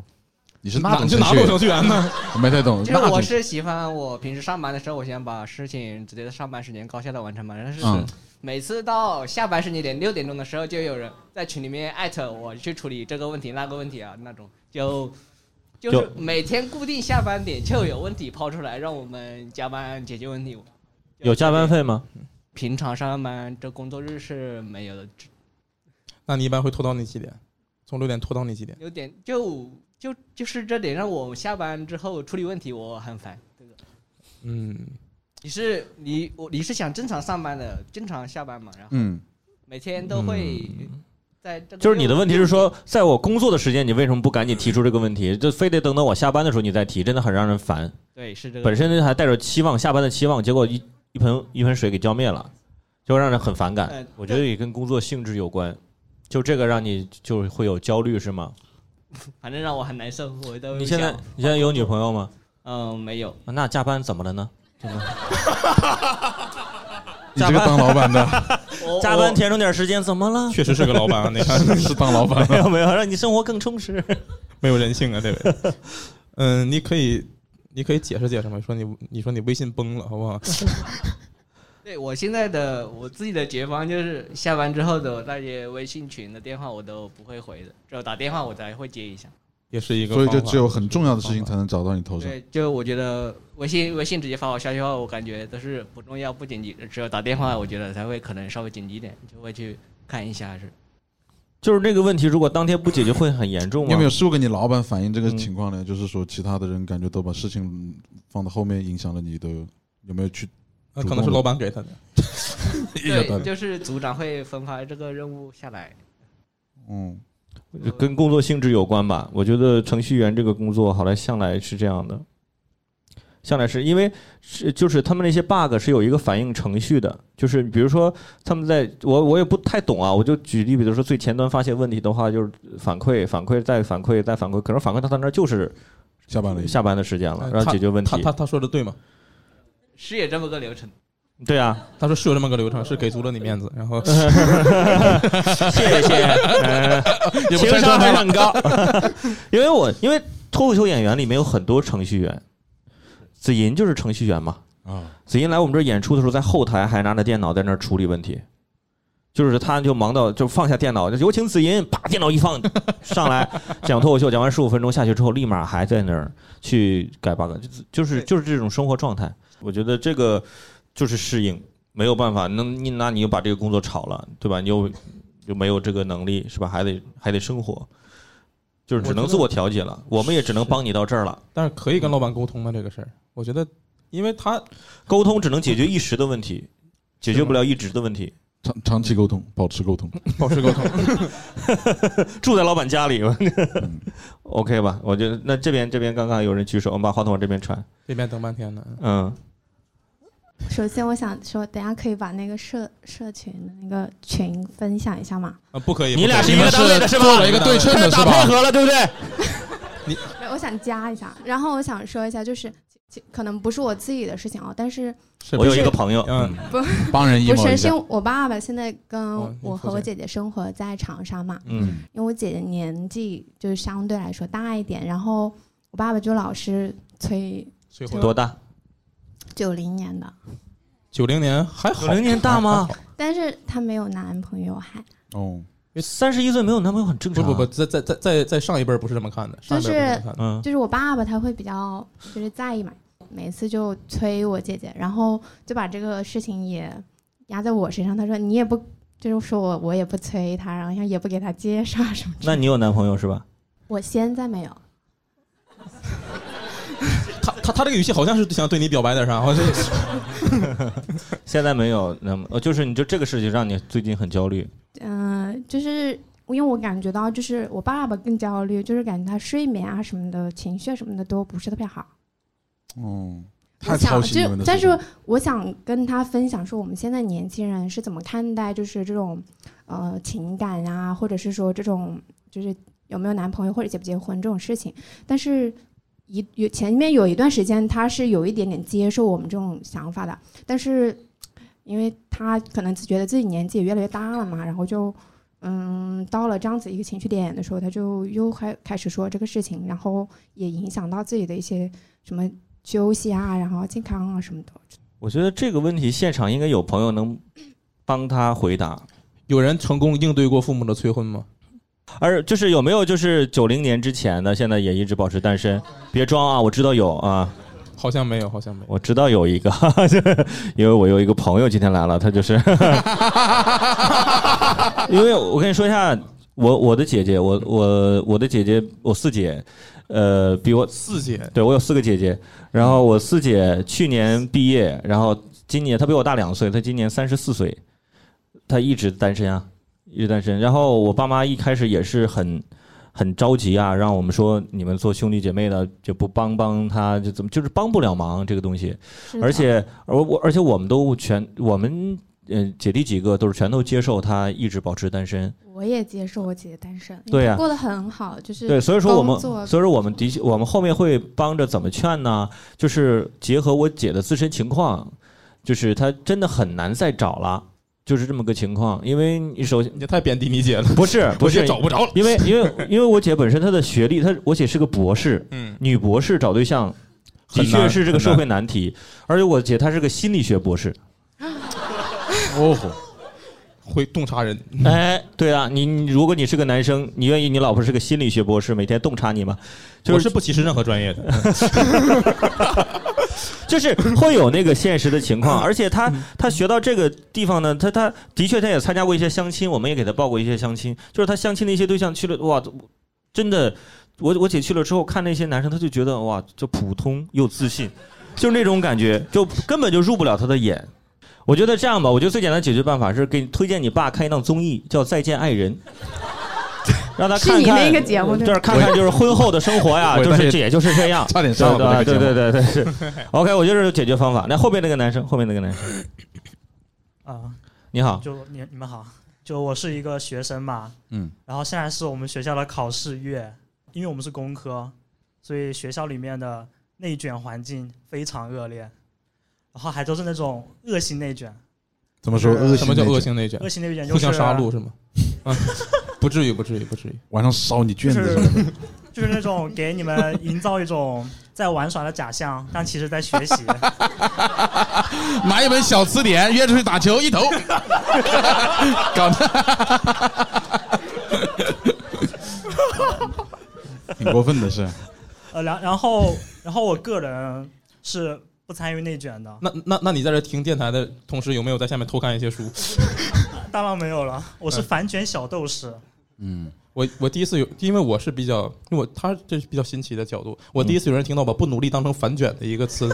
[SPEAKER 7] 你是哪种
[SPEAKER 12] 哪
[SPEAKER 7] 程
[SPEAKER 12] 哪
[SPEAKER 7] 序
[SPEAKER 12] 种
[SPEAKER 7] 程序员呢？我没太懂。
[SPEAKER 12] 就
[SPEAKER 7] 哪
[SPEAKER 12] 是
[SPEAKER 7] 种
[SPEAKER 12] 我是喜欢我平时上班的时候，我喜欢把事情直接在上班时间高效的完成嘛。但是
[SPEAKER 7] 嗯
[SPEAKER 12] 每次到下班时间点六点钟的时候，就有人在群里面艾特我去处理这个问题那个问题啊，那种就就是
[SPEAKER 4] 就
[SPEAKER 12] 每天固定下班点就有问题抛出来，让我们加班解决问题。
[SPEAKER 4] 有加班费吗？
[SPEAKER 12] 平常上班这工作日是没有的，
[SPEAKER 8] 那你一般会拖到那几点？从六点拖到那几点？
[SPEAKER 12] 有点就就就是这点让我下班之后处理问题我很烦。
[SPEAKER 8] 嗯，
[SPEAKER 12] 你是你我你是想正常上班的，正常下班嘛？然后
[SPEAKER 7] 嗯，
[SPEAKER 12] 每天都会在这个
[SPEAKER 4] 就是你的问题是说，在我工作的时间，你为什么不赶紧提出这个问题？就非得等到我下班的时候你再提，真的很让人烦。
[SPEAKER 12] 对是这个
[SPEAKER 4] 本身还带着期望，下班的期望，结果一一盆一盆水给浇灭了，就会让人很反
[SPEAKER 12] 呃
[SPEAKER 4] 感。我觉得也跟工作性质有关，就这个让你就会有焦虑是吗？
[SPEAKER 12] 反正让我很难受，我都
[SPEAKER 4] 你现在
[SPEAKER 12] 想啊
[SPEAKER 4] 你现在有女朋友吗？
[SPEAKER 12] 嗯，没有。
[SPEAKER 4] 那加班怎么了呢？真的
[SPEAKER 7] <laughs> 你这个当老
[SPEAKER 12] <laughs>
[SPEAKER 7] 板的，
[SPEAKER 4] 加班填充点时间怎么了？
[SPEAKER 8] 确实是个老板啊，你
[SPEAKER 4] <laughs>
[SPEAKER 8] 看
[SPEAKER 7] 是当老板
[SPEAKER 4] 没有没有，让你生活更充实。
[SPEAKER 8] 没有人性啊，这位。 <laughs> 嗯，你可以，你可以解释解释吗？说你，你说你微信崩了，
[SPEAKER 4] <laughs>
[SPEAKER 8] 好不好？啊
[SPEAKER 12] 对我现在的我自己的解方就是下班之后的那些微信群的电话我都不会回的，只有打电话我才会接一下。
[SPEAKER 8] <laughs> 也是一个
[SPEAKER 7] 所
[SPEAKER 8] 方
[SPEAKER 7] 以
[SPEAKER 8] 法，
[SPEAKER 7] 就只有很重要的事情才能找到你头上。
[SPEAKER 12] 对，就我觉得微信微信直接发我消息的话，我感觉都是不重要不紧急，只有打电话我觉得才会可能稍微紧急一点，就会去看一下是。
[SPEAKER 4] 就是这个问题，如果当天不解决会很严重啊吗？
[SPEAKER 7] 你有没有试过跟你老板反映这个情况呢？就是说，其他的人感觉都把事情放到后面，影响了你的，有没有去？
[SPEAKER 8] 那可能是老板给他的。
[SPEAKER 7] 有道
[SPEAKER 12] 对，
[SPEAKER 7] 理
[SPEAKER 12] 就是组长会分发这个任务下来。
[SPEAKER 7] 嗯，
[SPEAKER 4] 跟工作性质有关吧。我觉得程序员这个工作，好来向来是这样的，向来是因为是就是他们那些 bug 是有一个反应程序的，就是比如说他们在我我也不太懂啊，我就举例，比如说最前端发现问题的话，就是反馈反馈再反馈再反馈，可能反馈到他那儿就是
[SPEAKER 7] 下班了
[SPEAKER 4] 下班的时间了，然后
[SPEAKER 8] 哎他
[SPEAKER 4] 解决问
[SPEAKER 8] 他
[SPEAKER 4] 题。
[SPEAKER 8] 他他说的对吗？
[SPEAKER 12] 是有这么个流程。
[SPEAKER 4] 对啊，
[SPEAKER 8] 他说是有这么个流程，是给足了你面子，
[SPEAKER 4] <laughs>
[SPEAKER 8] 然后
[SPEAKER 4] 谢
[SPEAKER 8] <laughs>
[SPEAKER 4] 谢，呃
[SPEAKER 8] 也不啊
[SPEAKER 4] 情商
[SPEAKER 8] 算上
[SPEAKER 4] 还
[SPEAKER 8] 来
[SPEAKER 4] 很 <laughs> 高。因为我因为脱口秀演员里面有很多程序员，子银就是程序员嘛。
[SPEAKER 7] 啊，
[SPEAKER 4] 子银来我们这儿演出的时候，在后台还拿着电脑在那儿处理问题，就是他就忙到就放下电脑，就有请子银，把电脑一放上来 <laughs> 讲脱口秀，讲完十五分钟下去之后，立马还在那儿去改 bug，就就是就是这种生活状态。我觉得这个就是适应，没有办法，那你那你又把这个工作炒了，对吧？你又又没有这个能力，是吧？还得还得生活，就是只能自我调节了。我们也只能帮你到这儿了。
[SPEAKER 8] 但是可以跟老板沟通吗？这个事儿，我觉得，因为他嗯
[SPEAKER 4] 沟通只能解决一时的问题，解决不了一直的问题。 <laughs>
[SPEAKER 7] 长长期沟通，保持沟通，
[SPEAKER 8] 保持沟通。
[SPEAKER 4] 住在老板家里嘛
[SPEAKER 8] 嗯
[SPEAKER 4] <laughs> ，OK 吧？我觉得那这边这边刚刚有人举手，我们把话筒往这边传。
[SPEAKER 8] 这边等半天呢。
[SPEAKER 4] 嗯，
[SPEAKER 13] 首先，我想说，等下可以把那个社社群的那个群分享一下吗？
[SPEAKER 8] 啊，不可以。
[SPEAKER 4] 你俩
[SPEAKER 8] 不可
[SPEAKER 4] 是
[SPEAKER 8] 以
[SPEAKER 4] 一个单位的是吧？开始打配合了，对不对？
[SPEAKER 13] 没有我想加一下，然后我想说一下，就是其其可能不是我自己的事情啊，但是
[SPEAKER 4] 我有一个朋友，嗯，
[SPEAKER 13] 不
[SPEAKER 7] 帮人 emo
[SPEAKER 13] 不
[SPEAKER 7] 一
[SPEAKER 13] 是，
[SPEAKER 7] 下
[SPEAKER 13] 是我爸爸现在跟
[SPEAKER 8] 哦
[SPEAKER 7] 你
[SPEAKER 13] 我
[SPEAKER 7] 父
[SPEAKER 13] 和我
[SPEAKER 7] 亲
[SPEAKER 13] 姐姐生活在长沙嘛，
[SPEAKER 7] 嗯，
[SPEAKER 13] 因为我姐姐年纪就是相对来说大一点，然后我爸爸就老是催，
[SPEAKER 8] 催
[SPEAKER 13] 婚
[SPEAKER 4] 多大？
[SPEAKER 13] 九零年的，
[SPEAKER 8] 九零年还好。
[SPEAKER 4] 90年大吗？
[SPEAKER 13] 但是她没有男朋友还，
[SPEAKER 7] 哦，
[SPEAKER 4] 三十一岁没有男朋友很正常啊
[SPEAKER 8] 不不不，在在在在在上一辈儿不是这么看的，上
[SPEAKER 13] 就
[SPEAKER 8] 一辈儿不
[SPEAKER 13] 是
[SPEAKER 8] 这么看的。嗯
[SPEAKER 13] 就是我爸爸他会比较就是在意嘛，每次就催我姐姐，然后就把这个事情也压在我身上。他说你也不就是说我我也不催他，然后也不给他介绍什么。
[SPEAKER 4] 那你有男朋友是吧？
[SPEAKER 13] 我现在没有，
[SPEAKER 8] 他他他这个语气好像是想对你表白点啥，好像是
[SPEAKER 4] <laughs>
[SPEAKER 8] <laughs>
[SPEAKER 4] 现在没有，那么呃，就是你就这个事情让你最近很焦虑，
[SPEAKER 13] 嗯、就是因为我感觉到就是我爸爸更焦虑，就是感觉他睡眠啊什么的情绪什么的都不是特别好。
[SPEAKER 7] 哦，
[SPEAKER 13] 我
[SPEAKER 7] 太
[SPEAKER 13] 想
[SPEAKER 7] 操心你
[SPEAKER 13] 就
[SPEAKER 7] 们的事情。
[SPEAKER 13] 但是我想跟他分享，说我们现在年轻人是怎么看待就是这种呃情感啊，或者是说这种就是有没有男朋友或者结不结婚这种事情。但是一有前面有一段时间，他是有一点点接受我们这种想法的，但是因为他可能觉得自己年纪也越来越大了嘛，然后就。嗯，到了这样子一个情绪点的时候，他就又开开始说这个事情，然后也影响到自己的一些什么休息啊，然后健康啊什么的。
[SPEAKER 4] 我觉得这个问题现场应该有朋友能帮他回答。
[SPEAKER 8] 有人成功应对过父母的催婚吗？
[SPEAKER 4] 而就是有没有就是九零年之前的，现在也一直保持单身？别装啊，我知道有啊，
[SPEAKER 8] 好像没有，好像没有。
[SPEAKER 4] 我知道有一个，因为我有一个朋友今天来了，他
[SPEAKER 8] <laughs>
[SPEAKER 4] 就是，因为我跟你说一下，我我的姐姐，我我我的姐姐，我四姐，呃，比我
[SPEAKER 8] 四姐，
[SPEAKER 4] 对我有四个姐姐，然后我四姐去年毕业，然后今年她比我大两岁，她今年三十四岁，她一直单身啊，一直单身。然后我爸妈一开始也是很很着急啊，让我们说你们做兄弟姐妹的就不帮帮他，就怎么就是帮不了忙这个东西
[SPEAKER 14] 是。的
[SPEAKER 4] 而且而我而且我们都全我们嗯姐弟几个都是全都接受他一直保持单身。
[SPEAKER 13] 我也接受我姐姐单身，
[SPEAKER 4] 对呀
[SPEAKER 13] 过得很好，就是
[SPEAKER 4] 对，所以说我们
[SPEAKER 13] 工作，
[SPEAKER 4] 所以说我们的确，我们后面会帮着怎么劝呢？就是结合我姐的自身情况，就是她真的很难再找了，就是这么个情况。因为你首先
[SPEAKER 8] 你太贬低你姐了，
[SPEAKER 4] 不
[SPEAKER 8] <laughs>
[SPEAKER 4] 是不
[SPEAKER 8] 我
[SPEAKER 4] 是
[SPEAKER 8] 姐找不着了
[SPEAKER 4] 因为因为因为我姐本身她的学历，她我姐是个博士，
[SPEAKER 8] 嗯
[SPEAKER 4] 女博士找对象的
[SPEAKER 8] 很
[SPEAKER 4] 确
[SPEAKER 8] 难
[SPEAKER 4] 是这个
[SPEAKER 8] 很
[SPEAKER 4] 社
[SPEAKER 8] 难
[SPEAKER 4] 会难题，而且我姐她是个心理学博士，
[SPEAKER 8] 哦
[SPEAKER 4] <laughs>
[SPEAKER 8] 吼，会洞察人。
[SPEAKER 4] 哎，对啊，你你如果你是个男生，你愿意你老婆是个心理学博士，每天洞察你吗？就是、
[SPEAKER 8] 我是不歧视任何专业的，
[SPEAKER 4] <laughs>
[SPEAKER 8] <laughs>
[SPEAKER 4] 就是会有那个现实的情况，而且
[SPEAKER 8] 嗯
[SPEAKER 4] 他他学到这个地方呢，他他的确他也参加过一些相亲，我们也给他报过一些相亲，就是他相亲的一些对象去了，哇，真的，我我姐去了之后看那些男生，他就觉得哇，就普通又自信，就是那种感觉，就根本就入不了他的眼。我觉得这样吧，我觉得最简单的解决办法是给你推荐你爸看一档综艺，叫《再见爱人》。 <laughs> 让他
[SPEAKER 13] 是
[SPEAKER 4] 看看
[SPEAKER 13] 你那个节目对吧
[SPEAKER 4] 就是看看就是婚后的生活呀，
[SPEAKER 8] 我
[SPEAKER 4] 就
[SPEAKER 8] 我
[SPEAKER 4] 是
[SPEAKER 8] 也
[SPEAKER 4] 这也就是这样，
[SPEAKER 8] <laughs> 差点上
[SPEAKER 4] 对
[SPEAKER 8] 了我
[SPEAKER 4] 吧
[SPEAKER 8] 这
[SPEAKER 4] 对
[SPEAKER 8] 个
[SPEAKER 4] 对
[SPEAKER 8] 节
[SPEAKER 4] 对
[SPEAKER 8] 目
[SPEAKER 4] 对是
[SPEAKER 8] <laughs>
[SPEAKER 4] OK，我就是解决方法。那后面那个男生，后面那个男生，
[SPEAKER 15] <laughs> 啊，
[SPEAKER 4] 你好
[SPEAKER 15] 就你你们好，就我是一个学生嘛，
[SPEAKER 4] 嗯，
[SPEAKER 15] 然后现在是我们学校的考试月，因为我们是工科，所以学校里面的内卷环境非常恶劣，然后还都是那种恶性内卷。
[SPEAKER 7] <laughs> 怎么说
[SPEAKER 15] 就是
[SPEAKER 7] 恶性
[SPEAKER 8] 呃什么叫
[SPEAKER 7] 内卷
[SPEAKER 8] 恶性内卷？
[SPEAKER 15] 恶性内卷就是
[SPEAKER 8] 互相杀戮是吗？啊， <laughs> 不至于，不至于，不至于。
[SPEAKER 7] 晚上烧你卷
[SPEAKER 15] 就
[SPEAKER 7] 子
[SPEAKER 15] 是
[SPEAKER 7] 什么的，
[SPEAKER 15] <laughs> 就是那种给你们营造一种在玩耍的假象，但其实在学习。
[SPEAKER 7] <laughs> 拿一本小词典约出去打球，一头 <laughs> 搞得挺过分的是，
[SPEAKER 15] <laughs> 呃，然然后然后我个人是不参与内卷的，
[SPEAKER 8] 那那那你在这听电台的同时，有没有在下面偷看一
[SPEAKER 7] <laughs>
[SPEAKER 8] 些书？
[SPEAKER 15] 当然没有了，我是反卷小斗士。
[SPEAKER 8] 嗯，我我第一次有，因为我是比较，因为我 <laughs> 他这是比较新奇的角度，我第一次有人听到把不努力当成反卷的一个词，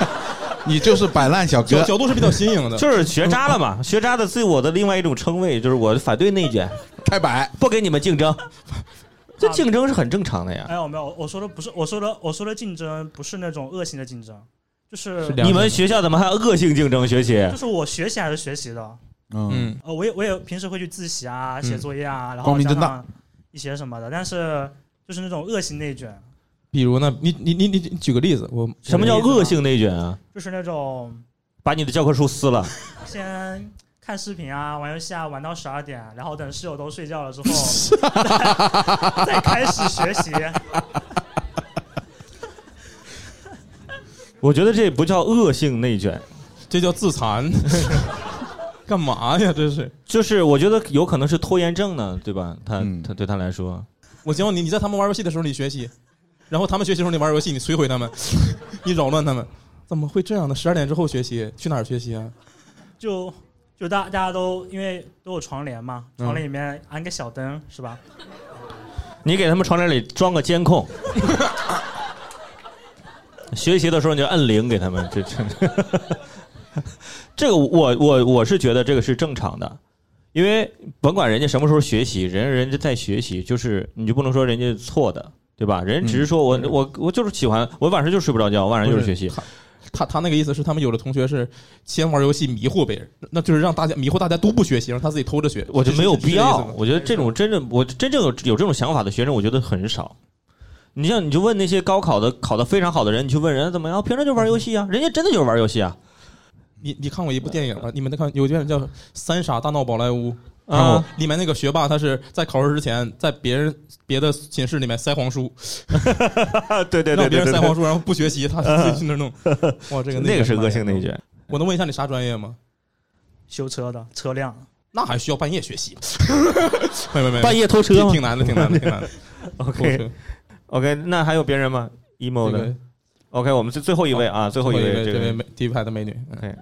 [SPEAKER 7] <laughs> 你就是摆烂小哥，
[SPEAKER 4] 角角度是比较新颖的 <laughs> 就是学渣了
[SPEAKER 8] 嗯
[SPEAKER 4] 嘛，学渣的自我的另外一种称谓就是我反对内卷，
[SPEAKER 7] 开摆，
[SPEAKER 4] 不跟你们竞争，这竞争是很正常的呀。
[SPEAKER 15] 没哎有没有，我说的不是，我说的我说的竞争不是那种恶性的竞争，就是
[SPEAKER 4] 你们学校怎么还恶性竞争学习
[SPEAKER 15] 就？是我学习还是学习的，
[SPEAKER 4] 嗯，
[SPEAKER 15] 呃，我也我也平时会去自习啊，
[SPEAKER 4] 嗯
[SPEAKER 15] 写作业啊，然后
[SPEAKER 8] 光明
[SPEAKER 15] 加
[SPEAKER 8] 正大
[SPEAKER 15] 上一些什么的，但是就是那种恶性内卷，
[SPEAKER 8] 比如呢，你你你你你举个例子，我
[SPEAKER 4] 什么叫恶性内卷啊？
[SPEAKER 15] 就是那种
[SPEAKER 4] 把你的教科书撕了，
[SPEAKER 15] 先看视频啊，玩游戏啊，玩到十二点，然后等室友都睡觉
[SPEAKER 8] <laughs>
[SPEAKER 15] 了之后，再再开始学习。
[SPEAKER 4] 我觉得这不叫恶性内卷，
[SPEAKER 8] 这叫自残。 <laughs> 干嘛呀？这是，
[SPEAKER 4] 就是我觉得有可能是拖延症呢，对吧？他、他对他来说，
[SPEAKER 8] 我教你，你在他们玩游戏的时候你学习，然后他们学习的时候你玩游戏，你摧毁他们， <laughs> 你扰乱他们，怎么会这样呢？十二点之后学习，去哪儿学习啊？
[SPEAKER 15] 就就大大家都因为都有床帘嘛，
[SPEAKER 4] 嗯
[SPEAKER 15] 床帘里面安个小灯是吧？
[SPEAKER 4] 你给他们床帘里装个监控，学习的时候你就按铃给他们，这这这个我我我是觉得这个是正常的，因为甭管人家什么时候学习，人人家在学习，就是你就不能说人家错的，对吧？人家只是说我、我我就是喜欢，我晚上就睡嗯不着觉，晚上就是学习。
[SPEAKER 8] 他他那个意思是，他们有的同学是先玩游戏迷惑别人，那就是让大家迷惑大家都不学习，让他自己偷着学。
[SPEAKER 4] 我觉得没有
[SPEAKER 8] 是是
[SPEAKER 4] 必
[SPEAKER 8] 这个意思
[SPEAKER 4] 要
[SPEAKER 8] 吗。
[SPEAKER 4] 我觉得这种真正我真正有有这种想法的学生，我觉得很少。你像你就问那些高考的考得非常好的人，你去问人家怎么样，平常就玩游戏啊，人家真的就是玩游戏啊。
[SPEAKER 8] 你你看过一部电影吗？你们那看有一部电影叫《三傻大闹宝莱坞》
[SPEAKER 4] 看过
[SPEAKER 8] 啊，里面那个学霸他是在考试之前，在别人别的寝室里面塞黄书，
[SPEAKER 4] <laughs> 对对对对对。
[SPEAKER 8] 让别人塞黄书，然后不学习，他自己去那弄哇，
[SPEAKER 15] <laughs>
[SPEAKER 8] 这
[SPEAKER 4] <laughs>
[SPEAKER 8] 个
[SPEAKER 4] 那个是恶性内卷。
[SPEAKER 8] <laughs> 我能问一下你啥专业吗？
[SPEAKER 15] 修车的车辆，
[SPEAKER 8] 那还需要半夜学
[SPEAKER 4] <laughs>
[SPEAKER 8] 习吗？没有没有，
[SPEAKER 4] 半夜偷车吗。
[SPEAKER 8] 挺挺难的，挺难的，挺难的偷车
[SPEAKER 4] <laughs> OK OK，那还有别人吗？emo
[SPEAKER 8] 这
[SPEAKER 4] 的
[SPEAKER 8] 个。
[SPEAKER 4] OK，我们是最后一位
[SPEAKER 8] 好
[SPEAKER 4] 啊，最后一
[SPEAKER 8] 最后
[SPEAKER 4] 位
[SPEAKER 8] 一位
[SPEAKER 4] 这个
[SPEAKER 8] 这位美第一排的美女。嗯
[SPEAKER 4] OK，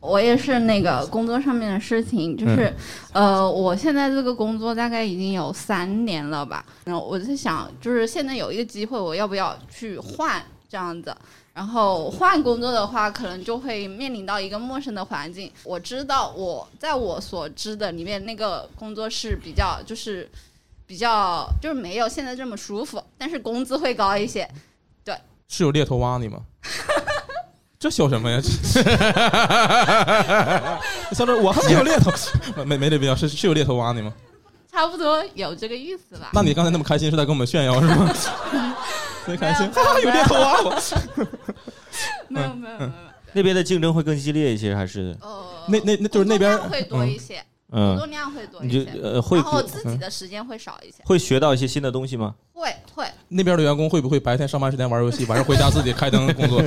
[SPEAKER 14] 我也是那个工作上面的事情，就是、
[SPEAKER 8] 嗯
[SPEAKER 14] 呃，我现在这个工作大概已经有三年了吧，然后我在想，就是现在有一个机会，我要不要去换这样子？然后换工作的话，可能就会面临到一个陌生的环境。我知道我在我所知的里面，那个工作是比较就是比较就是没有现在这么舒服，但是工资会高一些。对，
[SPEAKER 8] 是有猎头挖
[SPEAKER 4] <laughs>
[SPEAKER 8] 你吗？这笑什么呀？笑着我还没有猎头， <laughs> 没没这必要。是是有猎头挖你吗？
[SPEAKER 14] 差不多有这个意思
[SPEAKER 4] 啊
[SPEAKER 14] 吧。
[SPEAKER 8] 那你刚才那么开心是在跟我们炫耀是
[SPEAKER 14] <laughs>
[SPEAKER 8] 吗？ <laughs> 所以开心，哈哈，有猎头挖我。
[SPEAKER 14] <laughs> 没有没有哦没有，
[SPEAKER 4] <laughs> 那边的竞争会更激烈一些，还是
[SPEAKER 8] 那那那就是那
[SPEAKER 14] <laughs>
[SPEAKER 8] 边
[SPEAKER 14] 工作量会多一些，
[SPEAKER 4] 嗯
[SPEAKER 14] 工作量会多一
[SPEAKER 4] 你
[SPEAKER 14] 些，
[SPEAKER 4] 就呃会
[SPEAKER 14] 然后自己的时间会少一些，
[SPEAKER 4] 会学到一些新的东西吗？
[SPEAKER 14] 会会，
[SPEAKER 8] 那边的员工会不会白天上班时间玩游戏，晚上回家自己开灯
[SPEAKER 4] <laughs>
[SPEAKER 8] 工作？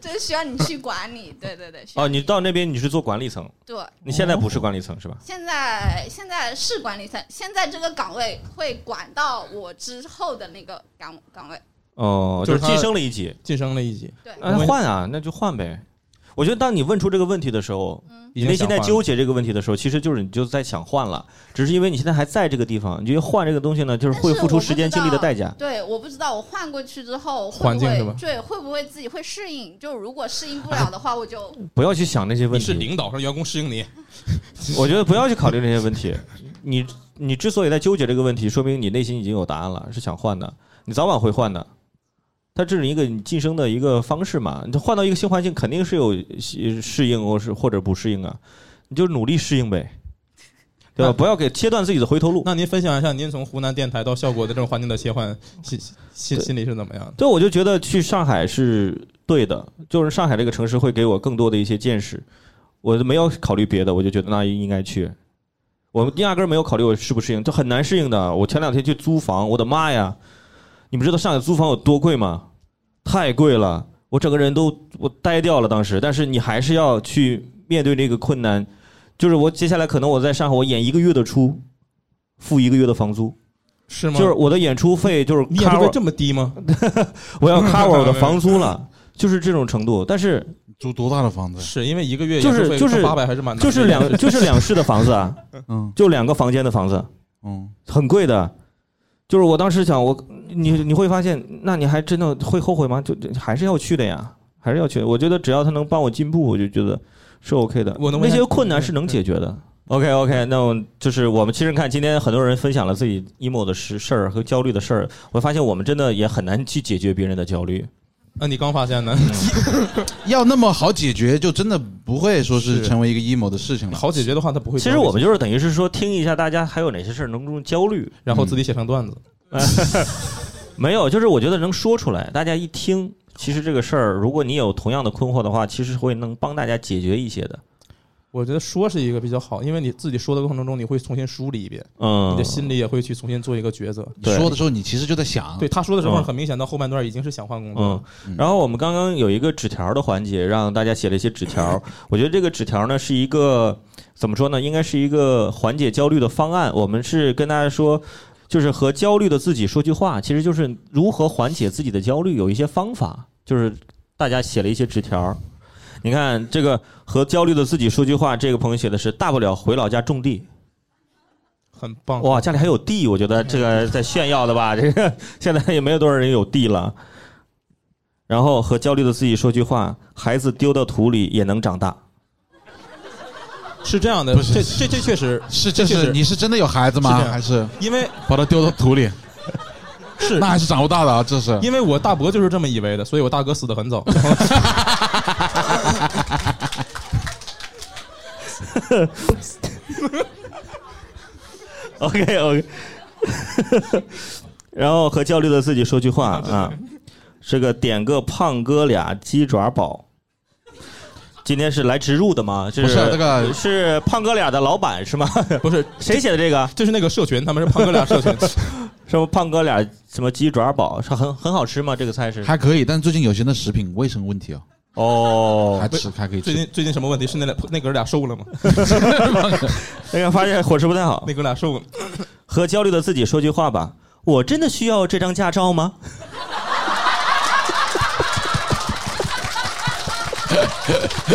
[SPEAKER 14] 这需要你去管理，对对对，需要
[SPEAKER 4] 哦，你到那边你是做管理层，
[SPEAKER 14] 对。
[SPEAKER 4] 你现在不是管理层是吧？
[SPEAKER 14] 现在现在是管理层，现在这个岗位会管到我之后的那个岗岗位，
[SPEAKER 4] 哦，
[SPEAKER 8] 就是是
[SPEAKER 4] 晋
[SPEAKER 8] 他
[SPEAKER 4] 升了一级，
[SPEAKER 8] 晋升了一级。
[SPEAKER 14] 对
[SPEAKER 4] 那换啊，那就换呗。我觉得当你问出这个问题的时候，你
[SPEAKER 8] 已经
[SPEAKER 4] 内心
[SPEAKER 8] 想换
[SPEAKER 4] 在
[SPEAKER 8] 了
[SPEAKER 4] 纠结这个问题的时候，其实就是你就在想换了，只是因为你现在还在这个地方，你觉得换这个东西呢，就是会付出时间精力的代价。
[SPEAKER 14] 对，我不知道我换过去之后会不会
[SPEAKER 4] 环境是吧
[SPEAKER 14] 对，会不会自己会适应？就如果适应不了的话，我就
[SPEAKER 4] 不要去想那些问
[SPEAKER 8] 你是
[SPEAKER 4] 题，
[SPEAKER 8] 领导，让员工适应你。
[SPEAKER 4] <laughs> 我觉得不要去考虑这些问题。你你之所以在纠结这个问题，说明你内心已经有答案了，是想换的，你早晚会换的。它这是一个你晋升的一个方式嘛，你换到一个新环境，肯定是有适适应或是或者不适应啊，你就努力适应呗，对吧？不要给切断自己的回头路。
[SPEAKER 8] 那您分享一下您从湖南电台到效果的这种环境的切换，心心心里是怎么样的？
[SPEAKER 4] 对，我就觉得去上海是对的，就是上海这个城市会给我更多的一些见识。我没有考虑别的，我就觉得那应该去。我压根儿没有考虑我适不适应，这很难适应的。我前两天去租房，我的妈呀！你们知道上海租房有多贵吗？太贵了，我整个人都我呆掉了当时。但是你还是要去面对这个困难，就是我接下来可能我在上海我演一个月的出，付一个月的房租，
[SPEAKER 8] 是吗
[SPEAKER 4] 就是我的演出费就是
[SPEAKER 8] 你也不
[SPEAKER 4] cover-
[SPEAKER 8] 会这么低吗？
[SPEAKER 4] 我要 cover 我的房租了，就是这种程度。但是
[SPEAKER 7] 租多大的房子？
[SPEAKER 8] 是因为一个月
[SPEAKER 4] 就
[SPEAKER 8] 演出
[SPEAKER 4] 是
[SPEAKER 8] 费
[SPEAKER 4] 就是
[SPEAKER 8] 八百还是蛮
[SPEAKER 4] 就是
[SPEAKER 8] <laughs>
[SPEAKER 4] 两就是两室的房子啊，
[SPEAKER 7] 嗯，
[SPEAKER 4] 就两个房间的房子，
[SPEAKER 7] 嗯，
[SPEAKER 4] 很贵的。就是我当时想，我你你会发现，那你还真的会后悔吗？就就还是要去的呀，还是要去。我觉得只要他能帮我进步，我就觉得是 OK 的。
[SPEAKER 8] 我能为
[SPEAKER 4] 那
[SPEAKER 8] 他
[SPEAKER 4] 些困难是能解决的。OK OK，那我就是我们其实看今天很多人分享了自己 emo 的事事儿和焦虑的事儿，我发现我们真的也很难去解决别人的焦虑。
[SPEAKER 8] 啊，你刚发现呢？
[SPEAKER 7] 要那么好解决，就真的不会说是
[SPEAKER 4] 是
[SPEAKER 7] 成为一个 emo 的事情了。
[SPEAKER 8] 好解决的话，他不会
[SPEAKER 4] 其实我们就是等于是说听一下大家还有哪些事儿能用焦虑，嗯
[SPEAKER 8] 然后自己写成段子。
[SPEAKER 4] <laughs> 没有，就是我觉得能说出来，大家一听，其实这个事儿，如果你有同样的困惑的话，其实会能帮大家解决一些的。
[SPEAKER 8] <laughs> 我觉得说是一个比较好，因为你自己说的过程中，你会重新梳理一遍，
[SPEAKER 4] 嗯
[SPEAKER 8] 你的心里也会去重新做一个抉择。
[SPEAKER 4] 对说的
[SPEAKER 7] 时候，你其实就在想
[SPEAKER 8] 对他说的时候，
[SPEAKER 4] 嗯
[SPEAKER 8] 很明显到后半段已经是想换工作
[SPEAKER 4] 嗯
[SPEAKER 8] 了。，
[SPEAKER 4] 然后我们刚刚有一个纸条的环节，让大家写了一些纸
[SPEAKER 8] <laughs>
[SPEAKER 4] 条。我觉得这个纸条呢是一个怎么说呢？应该是一个缓解焦虑的方案。我们是跟大家说，就是和焦虑的自己说句话，其实就是如何缓解自己的焦虑，有一些方法。就是大家写了一些纸条。你看这个和焦虑的自己说句话，这个朋友写的是大不了回老家种地。
[SPEAKER 8] 很棒
[SPEAKER 4] 哇，家里还有地，我觉得这个在炫耀的吧？这个 <laughs> 现在也没有多少人有地了。然后和焦虑的自己说句话：孩子丢到土里也能长大。
[SPEAKER 8] 是这样的，这这这确实
[SPEAKER 7] 是
[SPEAKER 8] 这
[SPEAKER 7] 这
[SPEAKER 8] 确实
[SPEAKER 7] 是你是真 <laughs> 的有孩子
[SPEAKER 8] 是
[SPEAKER 7] 吗？
[SPEAKER 8] 这样
[SPEAKER 7] 还是
[SPEAKER 8] 因为
[SPEAKER 7] 把他丢到土里？
[SPEAKER 8] 是
[SPEAKER 7] 那还是长不大的啊，这是
[SPEAKER 8] 因为我大伯就是这么以为的，所以我大哥死得
[SPEAKER 7] <laughs>
[SPEAKER 8] 很早。 <laughs>
[SPEAKER 4] OK OK，然后和焦虑的自己说句话啊，这个点个胖哥俩鸡爪堡。今天是来植入的吗？这
[SPEAKER 8] 不是这个
[SPEAKER 4] 是胖哥俩的老板是吗？
[SPEAKER 8] 不是，
[SPEAKER 4] <laughs> 谁写的这个？
[SPEAKER 8] 就是那个社群，他们是胖哥俩社群。
[SPEAKER 4] <laughs> 什么胖哥俩什么鸡爪堡是很很好吃吗？这个菜是
[SPEAKER 7] 还可以，但最近有些那食品卫生问题哦。
[SPEAKER 4] 哦，
[SPEAKER 7] 还吃还可以
[SPEAKER 8] 最
[SPEAKER 7] 吃。
[SPEAKER 8] 近最近什么问题？是那俩那哥俩瘦了吗？
[SPEAKER 4] <laughs> 那哎个发现伙食不太好，
[SPEAKER 8] 那哥俩瘦了。
[SPEAKER 4] 和焦虑的自己说句话吧，我真的需要这张驾照吗？ <laughs>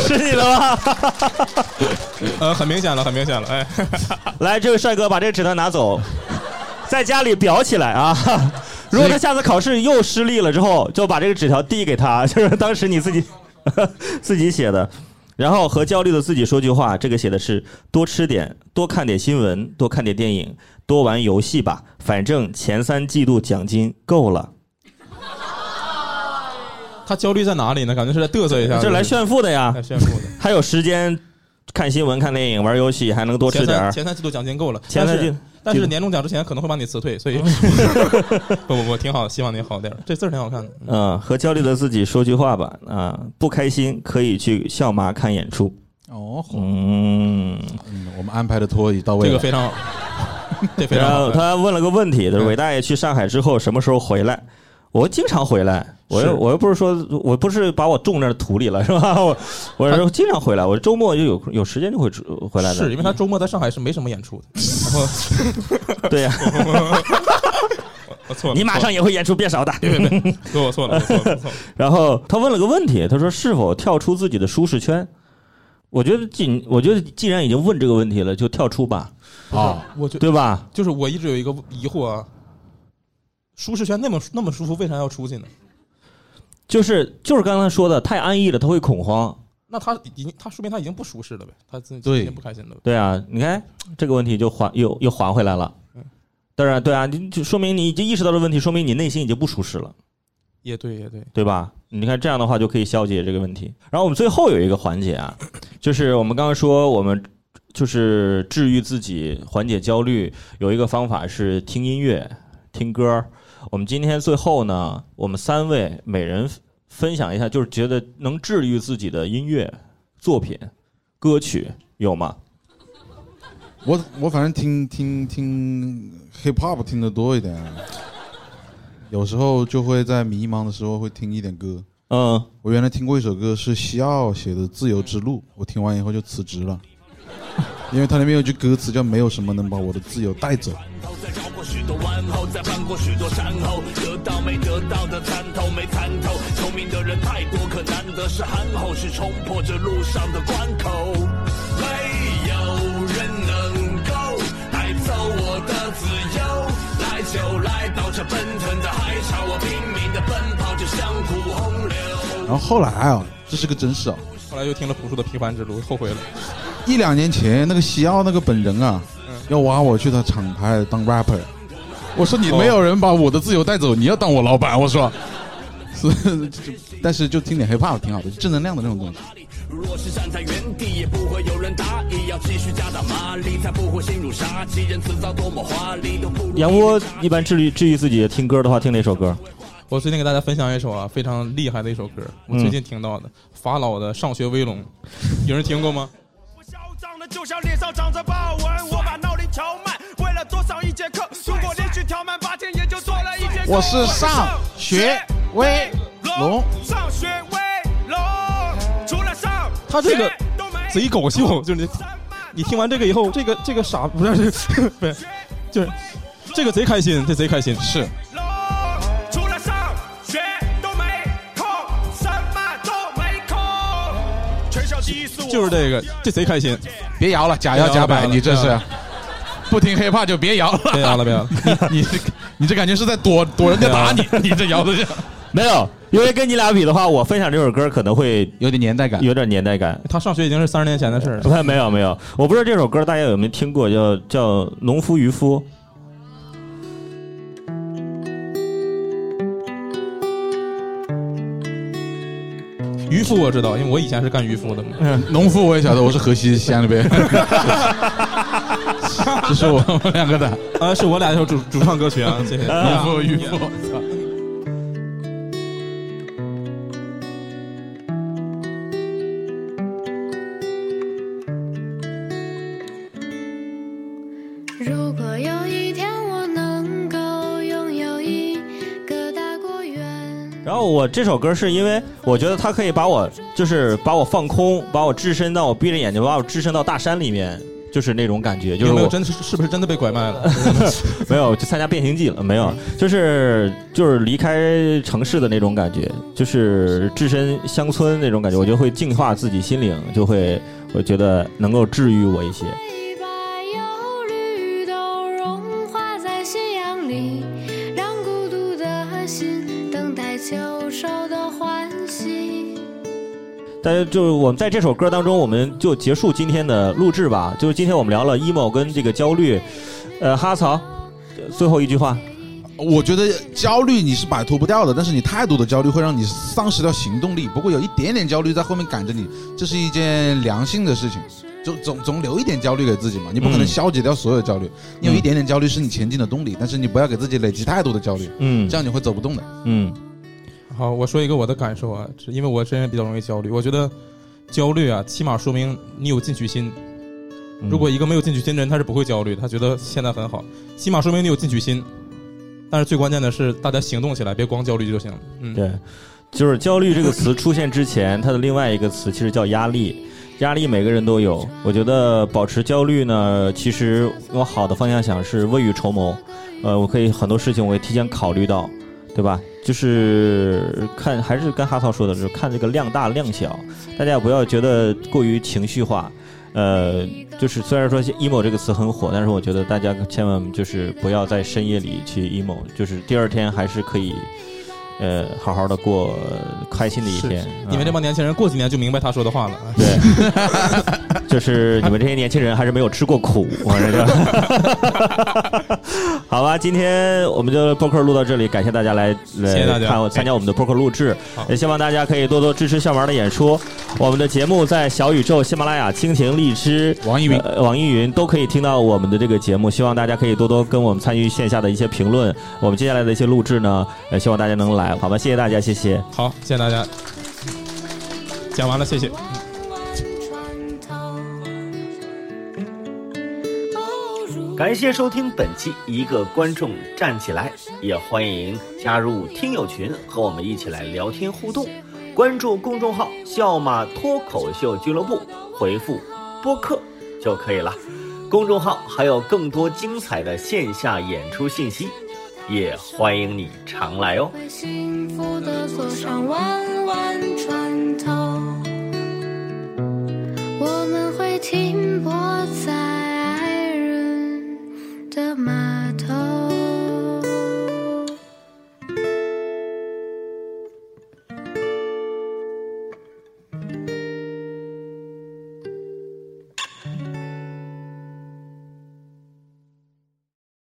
[SPEAKER 4] 是你了吧？
[SPEAKER 8] 呃，很明显了，很明显了。哎，
[SPEAKER 4] <laughs> 来，这位帅哥把这个纸条拿
[SPEAKER 8] <laughs>
[SPEAKER 4] 走，在家里裱起来啊！如果他下次考试又失利了之后，就把这个纸条递给他， <laughs> 就是当时你自己自己写的。然后和焦虑的自己说句话，这个写的是多吃点，多看点新闻，多看点电影，多玩游戏吧，反正前三季度奖金够了。
[SPEAKER 8] 他焦虑在哪里呢？感觉是在嘚瑟一下。
[SPEAKER 4] 这来炫富的
[SPEAKER 8] <laughs>
[SPEAKER 4] 呀
[SPEAKER 8] 来炫富的。
[SPEAKER 4] 还有时间看新闻、看电影、玩游戏，还能多吃
[SPEAKER 8] 前
[SPEAKER 4] 点
[SPEAKER 8] 三
[SPEAKER 4] 儿。
[SPEAKER 8] 前三季度奖金够了，
[SPEAKER 4] 前三季
[SPEAKER 8] 但是但
[SPEAKER 4] 季
[SPEAKER 8] 是
[SPEAKER 4] 度
[SPEAKER 8] 年终奖之前可能会把你辞
[SPEAKER 4] <laughs>
[SPEAKER 8] 退，所以不不不，挺好，希望你好点儿。这字儿挺好看的。
[SPEAKER 4] 嗯，和焦虑的自己说句话吧。啊、不开心可以去笑妈看演出。
[SPEAKER 7] 哦，
[SPEAKER 4] 嗯，
[SPEAKER 7] 我们安排的拖椅到位了，
[SPEAKER 4] 这个非
[SPEAKER 8] 常好。这非常
[SPEAKER 4] 然
[SPEAKER 8] 好
[SPEAKER 4] 后他问了个问题，就是伟大爷去上海之后什么时候回来？我经常回来，我又
[SPEAKER 8] 是
[SPEAKER 4] 我又不是说我不是把我种那土里了是吧？我我是经常回来，我周末就有有时间就会出回来的。
[SPEAKER 8] 是因为他周末在上海是没什么演出的。 <laughs> 然后
[SPEAKER 4] <laughs> 对
[SPEAKER 7] <laughs>
[SPEAKER 4] 呀、
[SPEAKER 8] 我错了，
[SPEAKER 4] 你马上也会演出变少的。
[SPEAKER 8] 别别
[SPEAKER 4] <laughs>
[SPEAKER 8] 别，对我错了，我错了，我错了。
[SPEAKER 4] 然后他问了个问题，他说是否跳出自己的舒适圈？我觉得既我觉得既然已经问这个问题了，就跳出吧。
[SPEAKER 8] 啊我觉
[SPEAKER 4] 对吧？
[SPEAKER 8] 就是我一直有一个疑惑啊，舒适圈那么那么舒服，为啥要出去呢？
[SPEAKER 4] 就是就是刚才说的，太安逸了，他会恐慌。
[SPEAKER 8] 那他已经，他说明他已经不舒适了呗，他自己
[SPEAKER 4] 对
[SPEAKER 8] 已经不开心了呗。
[SPEAKER 4] 对啊，你看这个问题就还又又还回来了。
[SPEAKER 8] 嗯
[SPEAKER 4] 当然，对啊，你就说明你已经意识到了问题，说明你内心已经不舒适了，
[SPEAKER 8] 也对，也对，
[SPEAKER 4] 对吧？你看这样的话就可以消解这个问题。然后我们最后有一个环节啊， <clears throat> 就是我们刚刚说我们就是治愈自己、缓解焦虑，有一个方法是听音乐、听歌儿。我们今天最后呢，我们三位每人分享一下，就是觉得能治愈自己的音乐作品、歌曲有吗？
[SPEAKER 7] 我我反正听听听 hip hop 听的多一点，有时候就会在迷茫的时候会听一点歌。
[SPEAKER 4] 嗯，
[SPEAKER 7] 我原来听过一首歌是西奥写的《自由之路》，我听完以后就辞职了，因为它里面有句歌词叫“没有什么能把我的自由带走
[SPEAKER 16] 绕过许多弯后，再翻过许多山后，得到没得到的参透没参透，聪明的人太多，可难得是憨厚，是冲破这路上的关口。没有人能够带走我的自由，来就来到这奔腾的海潮，我拼命的奔跑，就像股洪流。”。
[SPEAKER 7] 然后后来啊，这是个真事啊，
[SPEAKER 8] 后来又听了朴树的《平凡之路》，后悔了。
[SPEAKER 7] 一两年前那个西奥那个本人啊，要挖我去他厂牌当 rapper，我说你没有人把我的自由带走，你要当我老板，我说， <laughs> 是，就但是就听点 hiphop 挺好的，正能量的那种东西。
[SPEAKER 16] 若是站在原地，也不会有人答应。要继续加大马力，才不会心如杀机。人辞藻多么华丽，都不如
[SPEAKER 4] 杨波一般治愈治愈自己听歌的话，听哪首歌？
[SPEAKER 8] 我最近给大家分享一首啊，非常厉害的一首歌，我
[SPEAKER 4] 嗯
[SPEAKER 8] 最近听到的，法老的《上学威龙》，有人听过吗？
[SPEAKER 17] 就像脸上长着豹纹，我把闹铃调慢，为了多上一节课。如果连续调慢八天，也就多了一节课。
[SPEAKER 7] 我是上学威龙，
[SPEAKER 17] 上学威龙，除了上
[SPEAKER 8] 他这个贼搞笑，就是你你听完这个以后，这个这个傻不是这个 <laughs> 不是，就是这个贼开心，这贼开心是。
[SPEAKER 17] 除了上学都没空，什么都没空。全校第一是我，
[SPEAKER 8] 就是这个，这贼开心。
[SPEAKER 7] 别摇了，假摇假摆，你这是不听 hiphop 就别摇了，
[SPEAKER 8] 别摇了，别摇了。
[SPEAKER 7] <laughs> 你你这你这感觉是在躲躲人家打你，你这摇的这。
[SPEAKER 4] 没有，因为跟你俩比的话，我分享这首歌可能会
[SPEAKER 7] 有点年代感，
[SPEAKER 4] 有点年代感。
[SPEAKER 8] 他上学已经是三十年前的事儿
[SPEAKER 4] <laughs>
[SPEAKER 8] 了。
[SPEAKER 4] 不，没有没有，我不知道这首歌大家有没有听过，叫叫《农夫渔夫》。
[SPEAKER 8] 渔夫我知道，因为我以前是干渔夫的嘛。
[SPEAKER 7] 嗯农夫我也晓得，我是河西西安那边，这是我们两个的。
[SPEAKER 8] 啊，是我俩一首主主唱歌曲啊， <laughs> 谢谢。
[SPEAKER 7] 渔夫渔夫，
[SPEAKER 18] 如果有一天我能够拥有一个大果园，
[SPEAKER 4] 然后我这首歌是因为我觉得它可以把我就是把我放空，把我置身到我闭着眼睛，把我置身到大山里面，就是那种感觉，就是
[SPEAKER 8] 有没
[SPEAKER 4] 我
[SPEAKER 8] 有真的是是不是真的被拐卖了？
[SPEAKER 4] <laughs> 没有去参加变形记了，没有，就是就是离开城市的那种感觉，就是置身乡村那种感觉，我就会净化自己心灵，就会我觉得能够治愈我一些。
[SPEAKER 18] 绿豆融化在夕阳里，让孤独的心等待秋收的欢喜。
[SPEAKER 4] 大家就是我们在这首歌当中，我们就结束今天的录制吧。就是今天我们聊了 emo 跟这个焦虑，呃，哈曹，最后一句话，
[SPEAKER 7] 我觉得焦虑你是摆脱不掉的，但是你太多的焦虑会让你丧失掉行动力。不过有一点点焦虑在后面赶着你，这是一件良性的事情。总总总留一点焦虑给自己嘛，你不可能
[SPEAKER 4] 嗯
[SPEAKER 7] 消解掉所有焦虑。你有一点点焦虑是你前进的动力，但是你不要给自己累积太多的焦虑，
[SPEAKER 4] 嗯
[SPEAKER 7] 这样你会走不动的。
[SPEAKER 4] 嗯，
[SPEAKER 8] 好，我说一个我的感受啊，是因为我真人比较容易焦虑。我觉得焦虑啊，起码说明你有进取心。如果一个没有进取心的人，他是不会焦虑的，他觉得现在很好，起码说明你有进取心。但是最关键的是，大家行动起来，别光焦虑就行了。嗯，
[SPEAKER 4] 对，就是焦虑这个词出现之前，它的另外一个词其实叫压力。压力每个人都有，我觉得保持焦虑呢，其实往好的方向想是未雨绸缪。呃，我可以很多事情我也提前考虑到，对吧？就是看还是跟哈曹说的，就是看这个量大量小，大家不要觉得过于情绪化。呃，就是虽然说 emo 这个词很火，但是我觉得大家千万就是不要在深夜里去 emo，就是第二天还是可以，呃，好好的过呃开心的一
[SPEAKER 8] 是嗯
[SPEAKER 4] 天。啊
[SPEAKER 8] 你们这帮年轻人过几年就明白他说的话了。啊
[SPEAKER 4] 对， <laughs> 就是你们这些年轻人还是没有吃过苦，我这就。 <laughs> 好吧，今天我们就播客录到这里，感谢大家来来
[SPEAKER 8] 谢谢大家哎
[SPEAKER 4] 看我参加我们的播客录制
[SPEAKER 8] 好，
[SPEAKER 4] 也希望大家可以多多支持笑玩的演出。我们的节目在小宇宙、喜马拉雅、蜻蜓、荔枝、网易云、网易云都可以听到我们的这个节目。希望大家可以多多跟我们参与线下的一些评论。我们接下来的一些录制呢，呃，希望大家能来，好吧？谢谢大家，谢谢。
[SPEAKER 8] 好，谢谢大家。讲完了，谢谢。
[SPEAKER 2] 感谢收听本期《一个观众站起来》，也欢迎加入听友群和我们一起来聊天互动。关注公众号“笑马脱口秀俱乐部”，回复“播客”就可以了。公众号还有更多精彩的线下演出信息，也欢迎你常来哦。
[SPEAKER 18] 会幸福的坐上晚